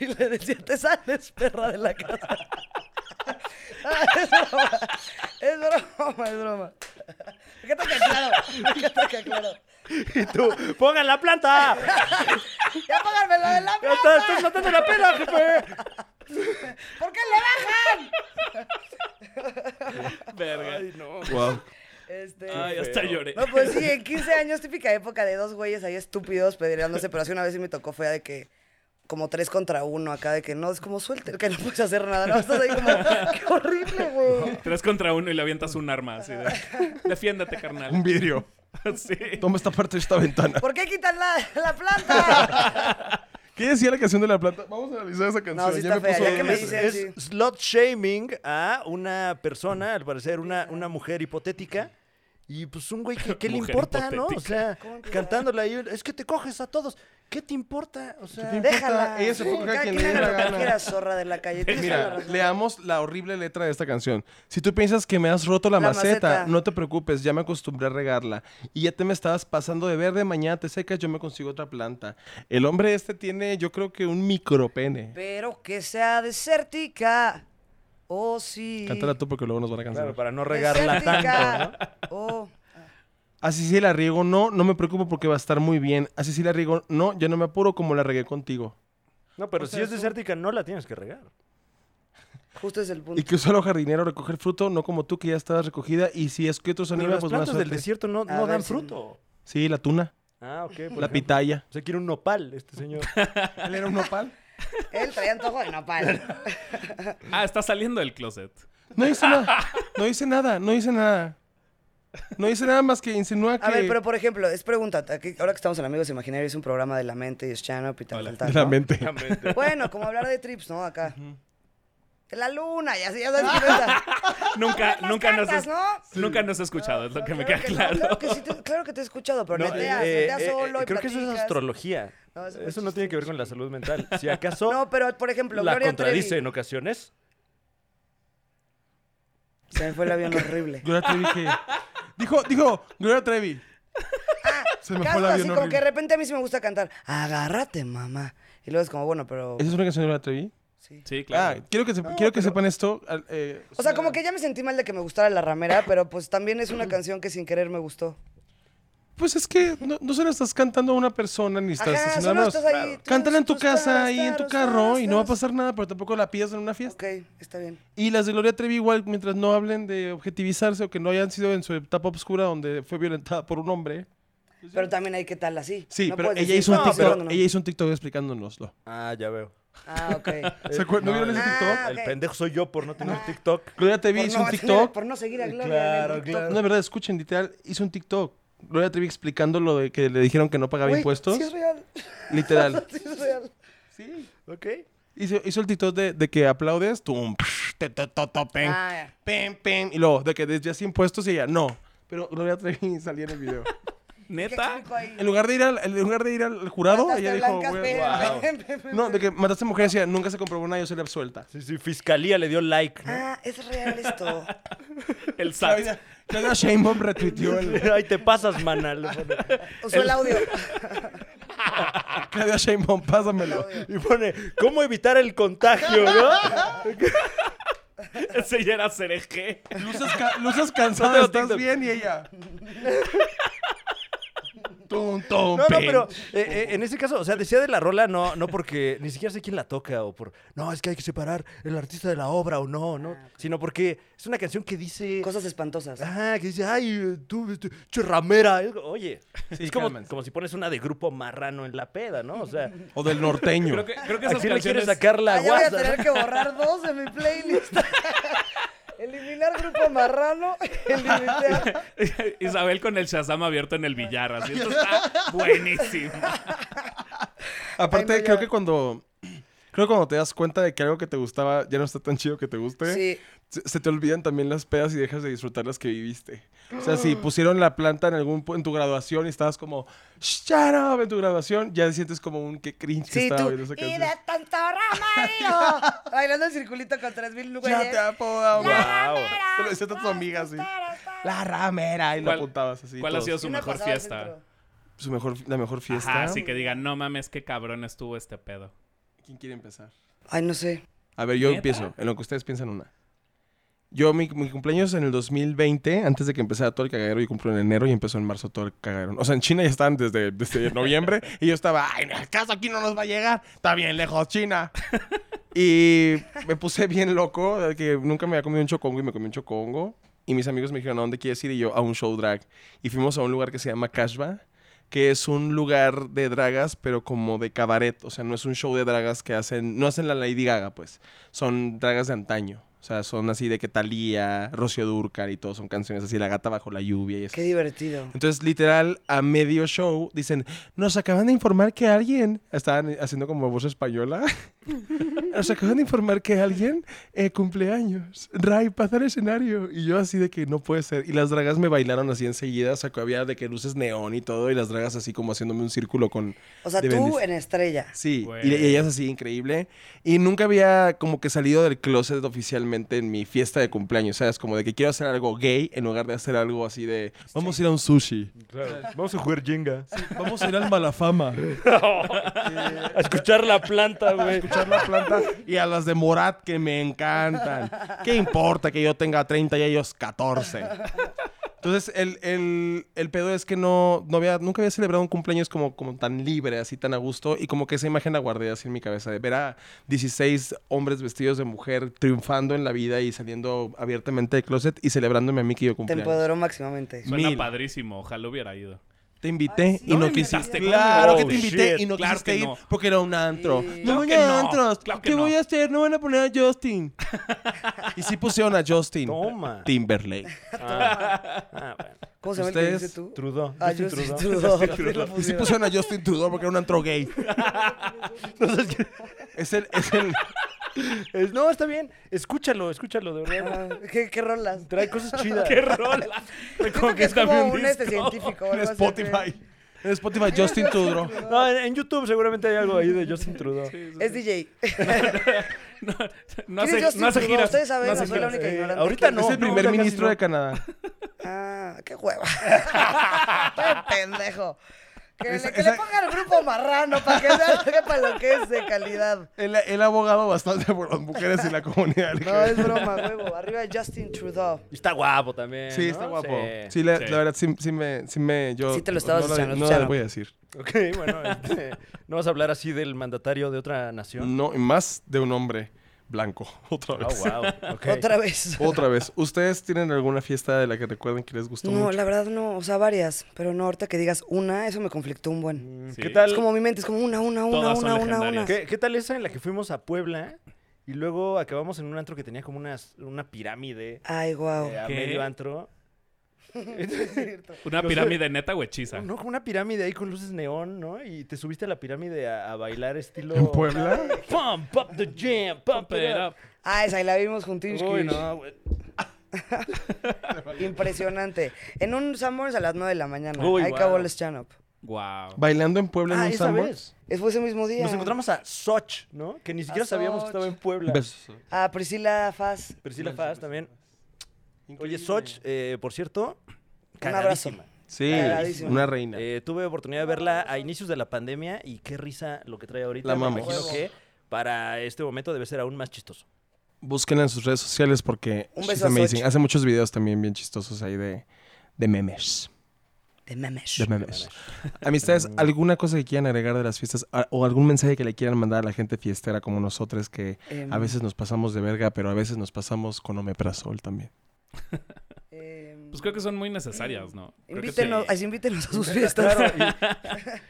le decía, te sales, perra, de la casa. Ah, es broma, es broma, es broma. Me encanta que aclaro, me encanta que aclaro. Y tú, ¡pongan la planta! ¡Ya páganme la de la ¡Ya está- plata! ¡Estás matando la pena, jefe! ¿Por qué le bajan? Verga. no. Wow. Este... Ay, hasta lloré. No, pues sí, en 15 años, típica época de dos güeyes ahí estúpidos pedereándose, pero hace una vez sí me tocó fea de que como tres contra uno acá, de que no, es como suelta, que no puedes hacer nada, no, estás ahí como, qué horrible, güey. Tres contra uno y le avientas un arma así de... Defiéndete, Un carnal. vidrio. Sí. Toma esta parte de esta ventana. ¿Por qué quitan la, la planta? ¿Qué decía la canción de la planta? Vamos a analizar esa canción. No, sí está fea, ya que me es- dicen, Es sí. slot shaming a una persona, al parecer una, una mujer hipotética. Y pues un güey que ¿qué le Mujer importa, ¿no? O hipotética. sea, cantándole ahí, es que te coges a todos. ¿Qué te importa? O sea, ¿Qué te Déjala. Ella se puede coger a Cada quien quien le dé haga la lo que gana. quiera, zorra de la calle. Tienes toda la Mira, razón. leamos la horrible letra de esta canción. Si tú piensas que me has roto la, La maceta, maceta. no te preocupes, ya me acostumbré a regarla. Y ya te me estabas pasando de verde, mañana te secas, yo me consigo otra planta. El hombre este tiene, yo creo que un micropene. Pero que sea desértica, oh sí. Cántala tú porque luego nos van a cansar. claro, para no regarla tanto, ¿no? Desértica, Oh. Así sí la riego, no, no me preocupo porque va a estar muy bien. Así sí la riego, no, ya no me apuro como la regué contigo. No, pero si es desértica, no la tienes que regar. Justo es el punto. Y que usó los jardinero a recoger fruto, no como tú que ya estabas recogida. Y si es que otros Pero animales, las pues plantas buena del suerte. desierto no, A no ver dan si- fruto. Sí, la tuna, Ah, ok. por la ejemplo. pitaya. O sea, quiere un nopal este señor. ¿Él era un nopal? Él traía antojo de nopal. Ah, está saliendo del closet. No hice nada. No hice nada. No hice nada. No hice nada más que insinuar que. A ver, pero por ejemplo, es pregunta, aquí- ahora que estamos en Amigos Imaginarios, es un programa de la mente y es Chano y tal, Hola. tal, tal, la ¿no? mente. Bueno, como hablar de trips, ¿no? Acá. De la luna, y así, ya sabes qué pasa. Nunca, Las nunca, nos has, cartas, ¿no? nunca nos has escuchado, es lo que me queda no, claro. Claro que, sí te, claro que te he escuchado, pero No, neteas, eh, neteas eh, eh, solo y creo que eso es platicas. astrología. No, es muy eso no tiene que ver con la salud mental. Si acaso No, pero por ejemplo, la Gloria Trevi. contradice en ocasiones. Se me fue el avión horrible. Gloria Trevi que. Dijo, dijo, Gloria Trevi. Se me fue Caso el así, avión como que de horrible. repente a mí sí me gusta cantar, agárrate, mamá. Y luego es como, bueno, pero... ¿Esa es una canción de Gloria Trevi? sí. Sí, Ah, claro. quiero que, se- quiero que sepan esto. al- eh, O sea, como que ya me sentí mal de que me gustara La Ramera, pero pues también es una canción que sin querer me gustó. Pues es que no, no se la estás cantando a una persona ni estás Ajá, haciendo solo nada más. estás ahí, tú, Cántala en tu tus casa taras, y en tu taros, carro y no va a taras. pasar nada, pero tampoco la pidas en una fiesta. Ok, está bien. Y las de Gloria Trevi igual, mientras no hablen de objetivizarse o que no hayan sido en su etapa oscura donde fue violentada por un hombre. Pero también hay que tal así. Sí, No pero puedes ella decir, hizo, un "No, TikTok, perdón, no". ella hizo un TikTok explicándonoslo. Ah, ya veo. Ah, ok. ¿Se acuer- ¿No vieron ese Ah, TikTok? ok. Ah. El pendejo soy yo por no tener TikTok. Gloria Trevi Por hizo no un tener- TikTok. por no seguir a Gloria. Claro, en el TikTok. No, de verdad, escuchen, literal, hizo un TikTok. Gloria Trevi explicando lo de que le dijeron que no pagaba Güey, impuestos. Sí es real. Literal. Sí es real. sí. Ok. Hizo, hizo el TikTok de, de que aplaudes, tum, psh, te, te, to, to, pen, Ah, ya. pen, pen, y luego de que desvías impuestos y ella, no. Pero Gloria Trevi salía en el video. ¿Qué ¿Neta? explico ahí? En lugar de ir al, en lugar de ir al jurado, Mataste ella a dijo, Blanca "Voy a- Pérez. No, de que mataste mujer decía, nunca se comprobó nada, yo se le absuelta. Sí, sí, fiscalía le dio like, ¿no? Ah, es real esto. El SAT. Claudia Sheinbaum retuiteó el... Ahí te pasas, manal. Usó el audio. Claudia Sheinbaum, pásamelo. Y pone, ¿cómo evitar el contagio, no? Ese ya era cereje. Luces, ca- luces cansadas, No tengo ¿estás TikTok. bien? Y ella... Tum, tum, No, no, pim. pero eh, eh, en ese caso, o sea, decía de la rola, no, no porque ni siquiera sé quién la toca o por, no, es que hay que separar el artista de la obra o no, ¿no? Sino porque es una canción que dice, Ah, Cosas espantosas. Ah, ajá, que dice, ay, eh, tú, tú, churramera. Es- Oye, Sí, es como, cálmense. como si pones una de grupo marrano en la peda, ¿no? O sea, O del norteño. Creo que, creo que ¿a esas quién le canciones... quieres sacar la Ah, ya voy a guasa? tener que borrar dos de mi playlist. Eliminar grupo marrano, eliminar. Isabel con el Shazam abierto en el billar. Así, esto está buenísimo. Aparte, Ay, no, ya. creo que cuando. Creo que cuando te das cuenta de que algo que te gustaba ya no está tan chido que te guste, Sí. se, se te olvidan también las pedas y dejas de disfrutar las que viviste. O sea, si pusieron la planta en algún pu- en tu graduación y estabas como shut up en tu graduación, ya sientes como un que cringe que Sí, estaba tú. viendo esa Y canción. de tanto Mario. Bailando el circulito con 3000 Ya te güeyes. apodo, Guau. Te lo decías a tu amiga así. La ramera y lo ¿Cuál- apuntabas así. ¿Cuál ha todos. sido su Una mejor pasada al fiesta? centro. su mejor la mejor fiesta? Ajá, así que digan, no mames, qué cabrón estuvo este pedo. ¿Quién quiere empezar? Ay, no sé. A ver, yo ¿Neta? empiezo, en lo que ustedes piensan una. Yo, mi, mi cumpleaños en el 2020, antes de que empezara todo el cagadero, yo cumplo en enero y empezó en marzo todo el cagadero. O sea, en China ya estaban desde, desde noviembre y yo estaba, ay, en el caso aquí no nos va a llegar, está bien lejos China. y me puse bien loco, de que nunca me había comido un chocongo y me comí un chocongo. Y mis amigos me dijeron, ¿a dónde quieres ir? Y yo, a un show drag. Y fuimos a un lugar que se llama Kashba, que es un lugar de dragas, pero como de cabaret. O sea, no es un show de dragas que hacen, no hacen la Lady Gaga, pues son dragas de antaño. O sea, son así de que Talía, Rocío Durcal y todo, son canciones así, La gata bajo la lluvia y eso. Qué divertido. Entonces, literal, a medio show dicen, nos acaban de informar que alguien, estaban haciendo como voz española, nos acaban de informar que alguien eh, cumpleaños. Ray, pasa al escenario. Y yo así de que no puede ser. Y las dragas me bailaron así enseguida, o sea, que había de que luces neón y todo, y las dragas así como haciéndome un círculo con... O sea, de tú bendición. en estrella. Sí, Güey. y, y ella es así increíble. Y nunca había como que salido del closet oficialmente en mi fiesta de cumpleaños, ¿sabes? Como de que quiero hacer algo gay en lugar de hacer algo así de vamos a ir a un sushi, Vamos a jugar Jenga. vamos a ir al Malafama, A escuchar la planta, güey. escuchar la planta y a las de Morat que me encantan. ¿Qué importa que yo tenga 30 y ellos 14? Entonces, el, el- el pedo es que no, no había, nunca había celebrado un cumpleaños como, como tan libre, así tan a gusto, y como que esa imagen la guardé así en mi cabeza, de ver a 16 hombres vestidos de mujer triunfando en la vida y saliendo abiertamente del closet y celebrándome a mí que yo Te cumpleaños. empoderó máximamente. Suena Mil. padrísimo. Ojalá hubiera ido. Te invité y No no, me quisiste. invitaste, Claro ¿cómo? que te invité Shit, y no claro quisiste que ir no. porque era un antro. Claro voy que a no, antros. claro que ¿Qué no. voy a hacer? No van a poner a Justin. y sí pusieron a Justin. Toma. Timberlake. Ah, bueno. ¿Cómo se llama el que Ustedes- dijiste tú? Trudeau. Ah, yo sí, Trudeau. Sí Y lo sí pusieron. pusieron a Justin Trudeau porque era un antro gay. es el, es el, Es- no, está bien. Escúchalo, escúchalo, de verdad. Ah, ¿Qué, qué rolas? Trae cosas chidas. ¡Qué rola! Creo que es Recomiéndame como un un este disco. científico. o en algo así, Spotify. En Spotify, Justin Trudeau. No, en, en YouTube seguramente hay algo ahí de Justin Trudeau. creo. Es DJ. No, no ¿Quién hace, es Justin no hace Trudeau? giras. Ustedes saben, no hace no soy la giras. única Eh, ignorante. ahorita aquí. no. es el primer casi ministro no. de Canadá. Ah, qué hueva. Estoy pendejo. Que, Esa- le, que esa- le ponga el grupo marrano para que sea para lo que es de calidad. Él, él ha abogado bastante por las mujeres y la comunidad. No, es broma, huevo. Arriba Justin Trudeau. Y está guapo también. Sí, ¿no? está guapo. Sí, Sí. la, eh, Sí. la verdad, sí, sí me, sí me... Yo, Sí te lo estabas no la- echando, No Chano. la voy a decir. Ok, bueno, este, no vas a hablar así del mandatario de otra nación. No, y más de un hombre blanco. Otra Ah, vez. wow. ok. Otra vez. Otra vez. ¿Ustedes tienen alguna fiesta de la que recuerden que les gustó No, mucho? la verdad no. O sea, varias. Pero no, ahorita que digas una, eso me conflictó un buen. Sí. ¿Qué tal? Es como mi mente, es como una, una, una, Todas son una, una, una. legendarias. ¿Qué, qué tal esa en la que fuimos a Puebla y luego acabamos en un antro que tenía como unas- una pirámide Ay, guau. eh, a ¿Qué? medio antro? Una pirámide neta o hechiza. No, como una pirámide ahí con luces neón, ¿no? Y te subiste a la pirámide a, a bailar estilo... ¿En Puebla? Pump up the jam, pump it up. Ah, esa, y la vimos juntitos. Uy, no, güey. Impresionante. En un Sanborns a las 9 de la mañana. Uy, Ahí guau. acabó el stand-up. Wow. ¿Bailando en Puebla en Ah, un esa samba? vez. Es- Fue ese mismo día. Nos encontramos a Soch, ¿no? Que ni siquiera sabíamos que estaba en Puebla. Besos. A Priscila Faz. Priscila Faz también. Oye, Soch, eh, por cierto, Un abrazo. cagadísima. Sí, Cagadísimo. una reina. Eh, tuve oportunidad de verla a inicios de la pandemia y qué risa lo que trae ahorita. La Me amamos. imagino que para este momento debe ser aún más chistoso. Búsquenla en sus redes sociales porque Un she's beso a amazing. Xochitl. Hace muchos videos también bien chistosos ahí de, de memes. De memes. De memes. Amistades, ¿alguna cosa que quieran agregar de las fiestas A- o algún mensaje que le quieran mandar a la gente fiestera como nosotros que Em, a veces nos pasamos de verga, pero a veces nos pasamos con omeprazol también? em, Pues creo que son muy necesarias, ¿no? Creo que Invítenos, sí. ay, sí, invítenos a sus fiestas.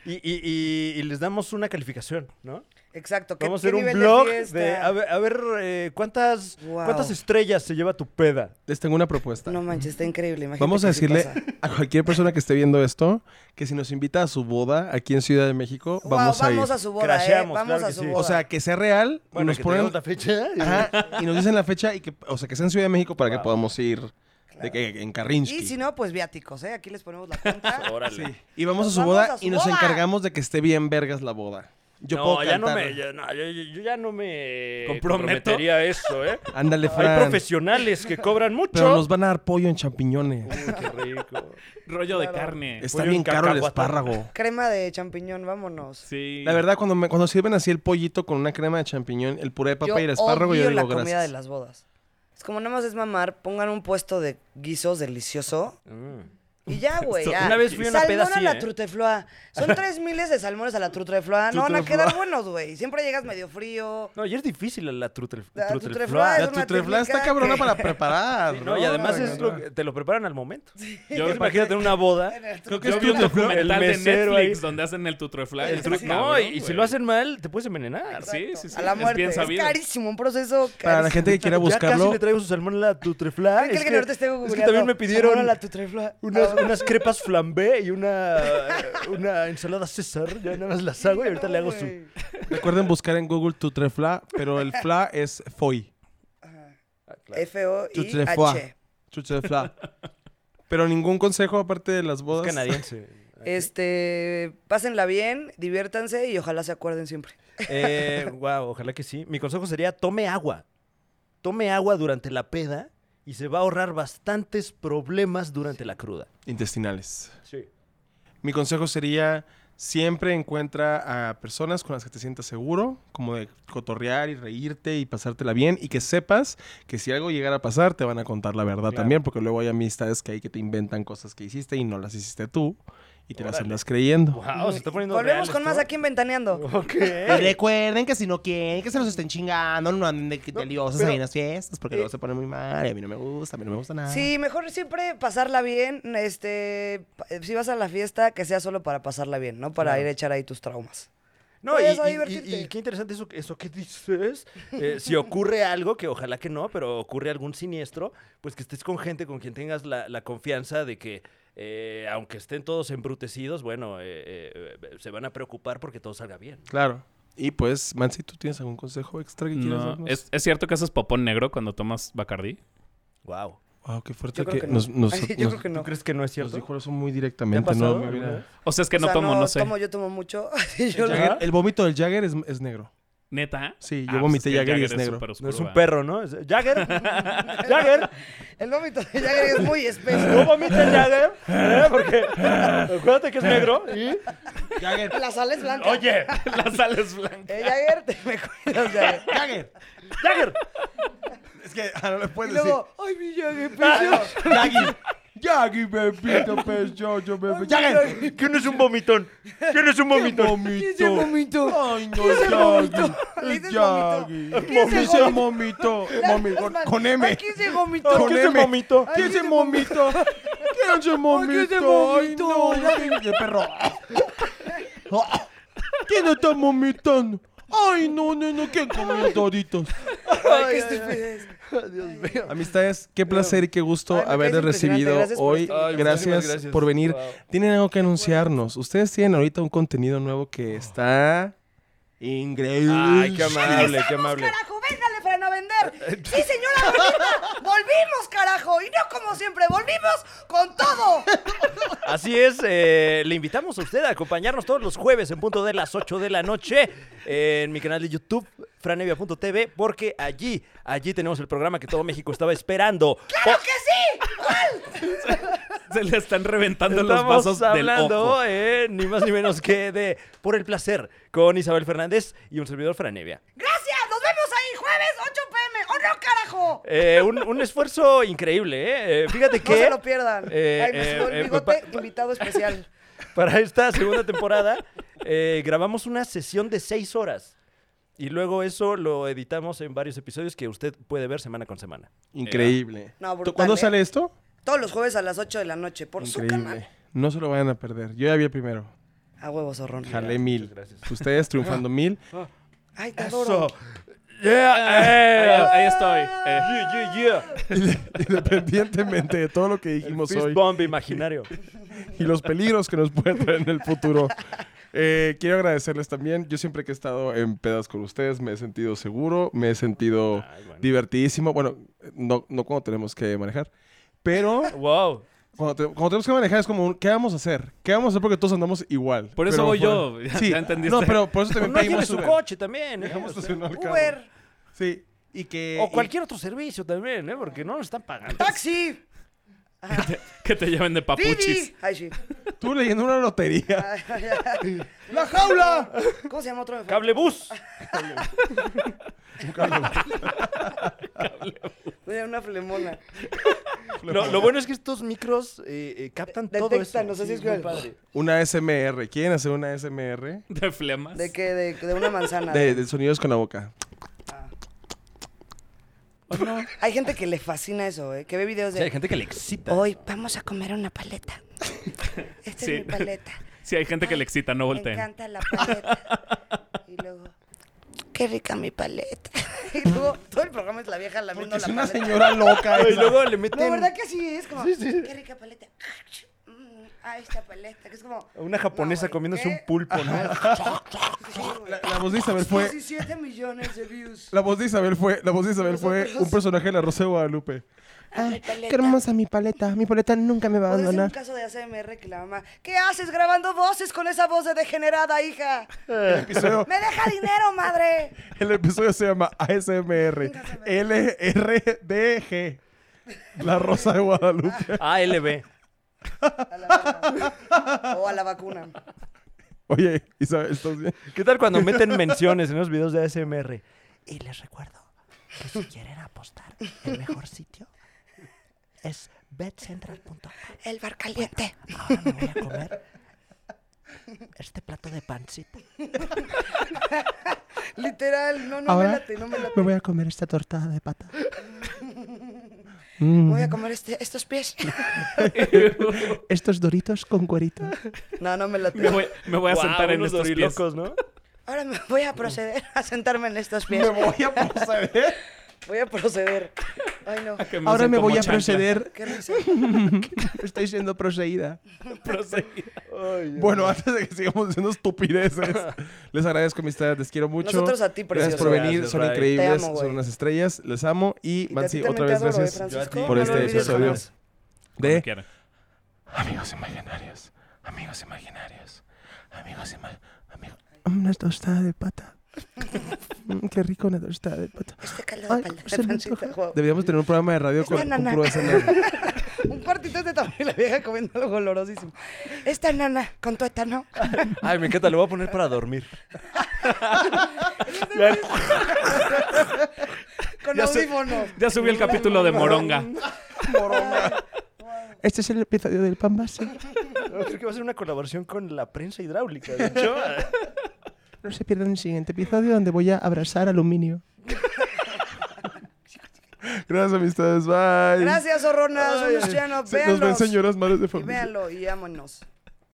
Y, y- y- y les damos una calificación, ¿no? Exacto. ¿qué- Vamos a qué hacer un nivel blog de, fiesta? a ver, a ver, eh, cuántas, Wow. cuántas estrellas se lleva tu peda. Les tengo una propuesta. No manches, está increíble. imagínate Vamos a que sí decirle pasa. a cualquier persona que esté viendo esto que si nos invita a su boda aquí en Ciudad de México, Guau, vamos a ir. vamos a su boda, Crasheamos, eh. Vamos claro a que su sí. boda. O sea, que sea real, Bueno, nos que ponen tengamos la fecha. Ajá, y nos dicen la fecha y que o sea, que sea en Ciudad de México para que podamos ir de que en Carrinchi. y si no, pues viáticos, ¿eh? Aquí les ponemos la cuenta. Órale. Y vamos a Nos su vamos boda a su y nos boda. encargamos de que esté bien vergas la boda. Yo no, puedo ya no cantar. me, ya, no, yo, yo- yo ya no me ¿Comprometo? comprometería a eso, ¿eh? Ándale, Hay Fran. profesionales que cobran mucho. Pero nos van a dar pollo en champiñones. Uy, qué rico. Rollo de carne. Está pollo bien en caro el cacahuate. espárrago. Crema de champiñón, vámonos. Sí. La verdad, cuando, me- cuando sirven así el pollito con una crema de champiñón, el puré de papa y el espárrago, odio yo digo la comida gracias. de las bodas. Es como nada más es mamar, pongan un puesto de guisos delicioso Mm. y ya, güey, ya. Una vez fui a una Salmón peda a así, la ¿eh? trutefloa. Son tres miles de salmones a la trutefloa. No van a quedar buenos, güey. Siempre llegas medio frío. No, y es difícil la, la trutel- La trutelfly. trutelfly. La es una tutrefla está técnica cabrona que- para preparar. No, y además es No, lo que te lo preparan al momento. Yo- Yo imagínate una boda. Creo que Yo es vi un un documental el de mesero Netflix ahí. donde hacen el tutrefly. El truco- no, y, y si lo hacen hacen mal, te puedes envenenar. Sí, sí, sí. A la es muerte. bien Es, sabido. carísimo, un proceso carísimo. Para la gente que quiera Ya casi buscarlo, le traigo su salmón a la tutrefla. ¿Qué Es que, que, no te esté es que googleando? también me pidieron Salmón a la tutrefloa. unas, unas crepas flambé y una, una ensalada César. Ya nada más las hago y ahorita le hago su... Güey. recuerden buscar en Google tutrefla, pero el fla es foy. F-O-I-H. Tutrefla. Pero ningún consejo aparte de las bodas. canadiense. Este, pásenla bien, diviértanse y ojalá se acuerden siempre. Eh, wow, ojalá que sí. Mi consejo sería tome agua. Tome agua durante la peda y se va a ahorrar bastantes problemas durante la cruda. Intestinales. Sí. Mi consejo sería, siempre encuentra a personas con las que te sientas seguro, como de cotorrear y reírte y pasártela bien, y que sepas que si algo llegara a pasar, te van a contar la verdad Claro. también, porque luego hay amistades que hay que te inventan cosas que hiciste y no las hiciste tú, y te las Órale. andas creyendo. Wow, Ah, se está poniendo Volvemos real con esto. más aquí en Ventaneando. Ok. Y Pues recuerden que si no quieren, que se los estén chingando, no anden de que deliosos pero- ahí en las fiestas, eh, porque luego se pone muy mal, y a mí no me gusta, a mí no me gusta nada. Sí, mejor siempre pasarla bien. Este, pa- si vas a la fiesta, que sea solo para pasarla bien, no para ir a echar ahí tus traumas. No, y, Vayas a y- y- divertirte. y qué interesante eso, eso que dices. Eh, si ocurre algo, que ojalá que no, pero ocurre algún siniestro, pues que estés con gente con quien tengas la, la confianza de que, eh, aunque estén todos embrutecidos, bueno, eh, eh, eh, se van a preocupar porque todo salga bien. Claro. Y pues, Mansi, ¿tú tienes algún consejo extra que quieras No, darnos? ¿Es, es cierto que haces popón negro cuando tomas Bacardí? Wow. Wow, qué fuerte Yo creo que, que no. nos, nos- Ay, yo nos- creo que no. ¿Tú crees que no es nos cierto? dijo eso muy directamente, pasado ¿no? Me alguna hubiera- vez? O sea, es que O sea, no tomo, no, sé. Tomo, yo tomo mucho. Y yo- Jagger- el vómito del Jagger es, es negro. ¿Neta? Sí, yo pues vomité que el Jagger y es negro. súper No es oscuro, un ¿eh? perro, ¿no? Es- Jagger. Jagger. el vómito de Jagger es muy No espeso. vomites Jagger. ¿eh? Porque acuérdate que es negro. Y... La sal es blanca. Oye, La sal es blanca. Eh, Jagger, te me cuidas, Jagger. ¡Jagger! Jagger. Es que ah, no le Y puedes luego, ay, mi Ah, Jagger, pues, precioso. ¡Jaggy! ¡Jaggy, bebito, pues, pechocho, bebé! ¡Jagger! ¿Quién es un vomitón? ¿Quién es un vomitón? ¡Momito! se vomitó? ¡Ay, no, ¿Quién se vomitó? Le ¡Es dices Jaggy! vomito. ¿Quién se ¿Quién se vomitó? Momi- con- Las Con manos. M. Ay, ¿Quién se vomitó? Con ¿Quién se M. vomitó? ¿Quién se vomitó? ¿Quién se ¿quién se vomitó? ¡Ay, vomitó? no! ya te- ¡De perro! ¿Quién está vomitando? ¡Ay, no, no, no! ¿Quién comió doritos? Ay, qué estupidez. Amistades, qué placer y qué gusto Ay, me haberles caes impresionante. recibido Gracias por hoy. esta invitación. gracias, muchísimas gracias. por venir. Wow. Tienen algo que anunciarnos. Ustedes tienen ahorita un contenido nuevo que está increíble. Oh. Ay, qué amable, qué Vamos, amable. Pues, carajo, véngale, Fran, a vender. Sí, señora bonita, volvimos, carajo. Y no como siempre, volvimos con todo. Así es, eh, le invitamos a usted a acompañarnos todos los jueves en punto de las 8 de la noche eh, en mi canal de YouTube, franevia.tv, porque allí, allí tenemos el programa que todo México estaba esperando. ¡Claro que sí! Se le están reventando los Estamos vasos del hablando, ojo. eh, ni más ni menos que de Por el Placer con Isabel Fernández y un servidor Franevia. Gracias, nos vemos ahí jueves 8 pm. ¡Oh, no, carajo! Eh, un, un esfuerzo increíble, ¿eh? Eh, Fíjate que... No se lo pierdan. Eh, Ay, me eh, subió el eh, bigote, pa- invitado especial. Para esta segunda temporada eh, grabamos una sesión de seis horas. Y luego eso lo editamos en varios episodios que usted puede ver semana con semana. Increíble. No, brutal, ¿Tú- ¿Cuándo ¿eh? sale esto? Todos los jueves a las 8 de la noche por su Increíble. canal. No se lo vayan a perder. Yo ya vi el primero. A huevos, zorrón. Jalé mil. Ustedes triunfando mil. Ay, te adoro. Yeah, eh, Ahí estoy. eh. yeah, yeah, yeah. Independientemente de todo lo que dijimos Fist hoy bump imaginario. y los peligros que nos pueden traer en el futuro. Eh, quiero agradecerles también. Yo siempre que he estado en pedas con ustedes me he sentido seguro, me he sentido Ay, bueno. divertidísimo. Bueno, no, no cuando tenemos que manejar, pero Wow. Cuando, te- cuando tenemos que manejar es como, un, ¿qué vamos a hacer? ¿Qué vamos a hacer? Porque todos andamos igual. Por eso Pero voy fuera- yo, ya- sí. ya entendiste. No, pero por eso O también No lleve pedimos su Uber. coche también, ¿eh? Dejamos O sea, estacionar el carro. Uber, Sí. Y que... O y- cualquier otro servicio también, ¿eh? Porque no nos están pagando. taxi, Que te lleven de papuchis. Didi. Ay, sí. Tú leyendo una lotería. ¡La jaula! ¿Cómo se llama otro? ¡Cablebus! Era Una flemona. Lo, lo bueno es que estos micros eh, eh, captan todo eso. Detectan, no sé si Sí, es muy que- padre. Una SMR. ¿Quieren hacer una SMR? De flemas. ¿De qué? De, de una manzana. De, de sonidos con la boca. Hay gente que le fascina eso, ¿eh? Que ve videos de... Sí, hay gente que le excita. Hoy vamos a comer una paleta. Esta Sí. es mi paleta. Sí, hay gente que le excita, no Me volteen. encanta la paleta. Y luego, qué rica mi paleta. Y luego, todo el programa es la vieja lamiendo Es la una paleta. señora loca. Y esa. luego le No, meten ¿verdad que así es? Como, Sí, sí. qué rica paleta. Mm, Ah, esta paleta. Que es como... a una japonesa No, güey, comiéndose ¿qué? un pulpo, ¿no? Sí, güey. La, la voz de Isabel fue... 17 millones de views. La voz de Isabel fue... La voz de Isabel fue un personaje de la Rosa de Guadalupe. Ah, Mi paleta. qué hermosa mi paleta. Mi paleta nunca me va a Podría ser un abandonar. caso de ACMR que la mamá, ¿qué haces grabando voces con esa voz de degenerada, hija? El episodio, ¡Me deja dinero, madre! el episodio se llama ASMR. LRDG. La Rosa de Guadalupe. ALB. A la verga. o a la vacuna. Oye, Isabel, ¿estás bien? ¿Qué tal cuando meten menciones en los videos de ASMR? Y les recuerdo que si quieren apostar, el mejor sitio es betcentral.com. El bar caliente. Ahora me voy a comer este plato de pancita. Literal, no, no Ahora me late, no me late. Me voy a comer esta tortada de pata. Voy a comer este- estos pies. Estos doritos con cuerito. No, no me Me late. voy, me voy a Guau, sentar en unos estos pies. dorilocos, ¿no? Ahora me voy a proceder a sentarme en estos pies. Me voy a proceder. Voy a proceder. Ay, no. Que Ahora usen me como voy a chancla. proceder. Qué risa. Estoy siendo proseída. Proseguir. Bueno, antes de que sigamos diciendo estupideces, les agradezco amistad, les quiero mucho. Nosotros a ti, Gracias precioso. por venir, Gracias, son Ray. Te increíbles, amo, güey. son unas estrellas, les amo y Y a ti Mansi, también otra te vez adoro, ¿eh, gracias Yo a ti. Francisco? por No este lo olvides episodio. jamás. Cuando de quieran. Amigos Imaginarios, Amigos Imaginarios, Amigos Imaginarios. Una tostada de pata. Mm, Qué rico una tostada de pata. Este calor de Ay, pal- se de me pancita, antoja. guau. Deberíamos tener un programa de radio Esta con, con nana. puro SNR. Un cuartito de tamaño y la vieja comiendo algo olorosísimo. Esta nana con tu etano. Ay, me encanta, lo voy a poner para dormir. Con Ya sé- audífonos. Ya subí el capítulo de Moronga. Este es el episodio del pambase. No, creo que va a ser una colaboración con la prensa hidráulica. De hecho, No se pierdan el siguiente episodio donde voy a abrazar aluminio. Gracias amistades, bye. Gracias, horronas. Luciano, Se- Nos ven véanlos. señoras madres de Y familia. véanlo y ámonos.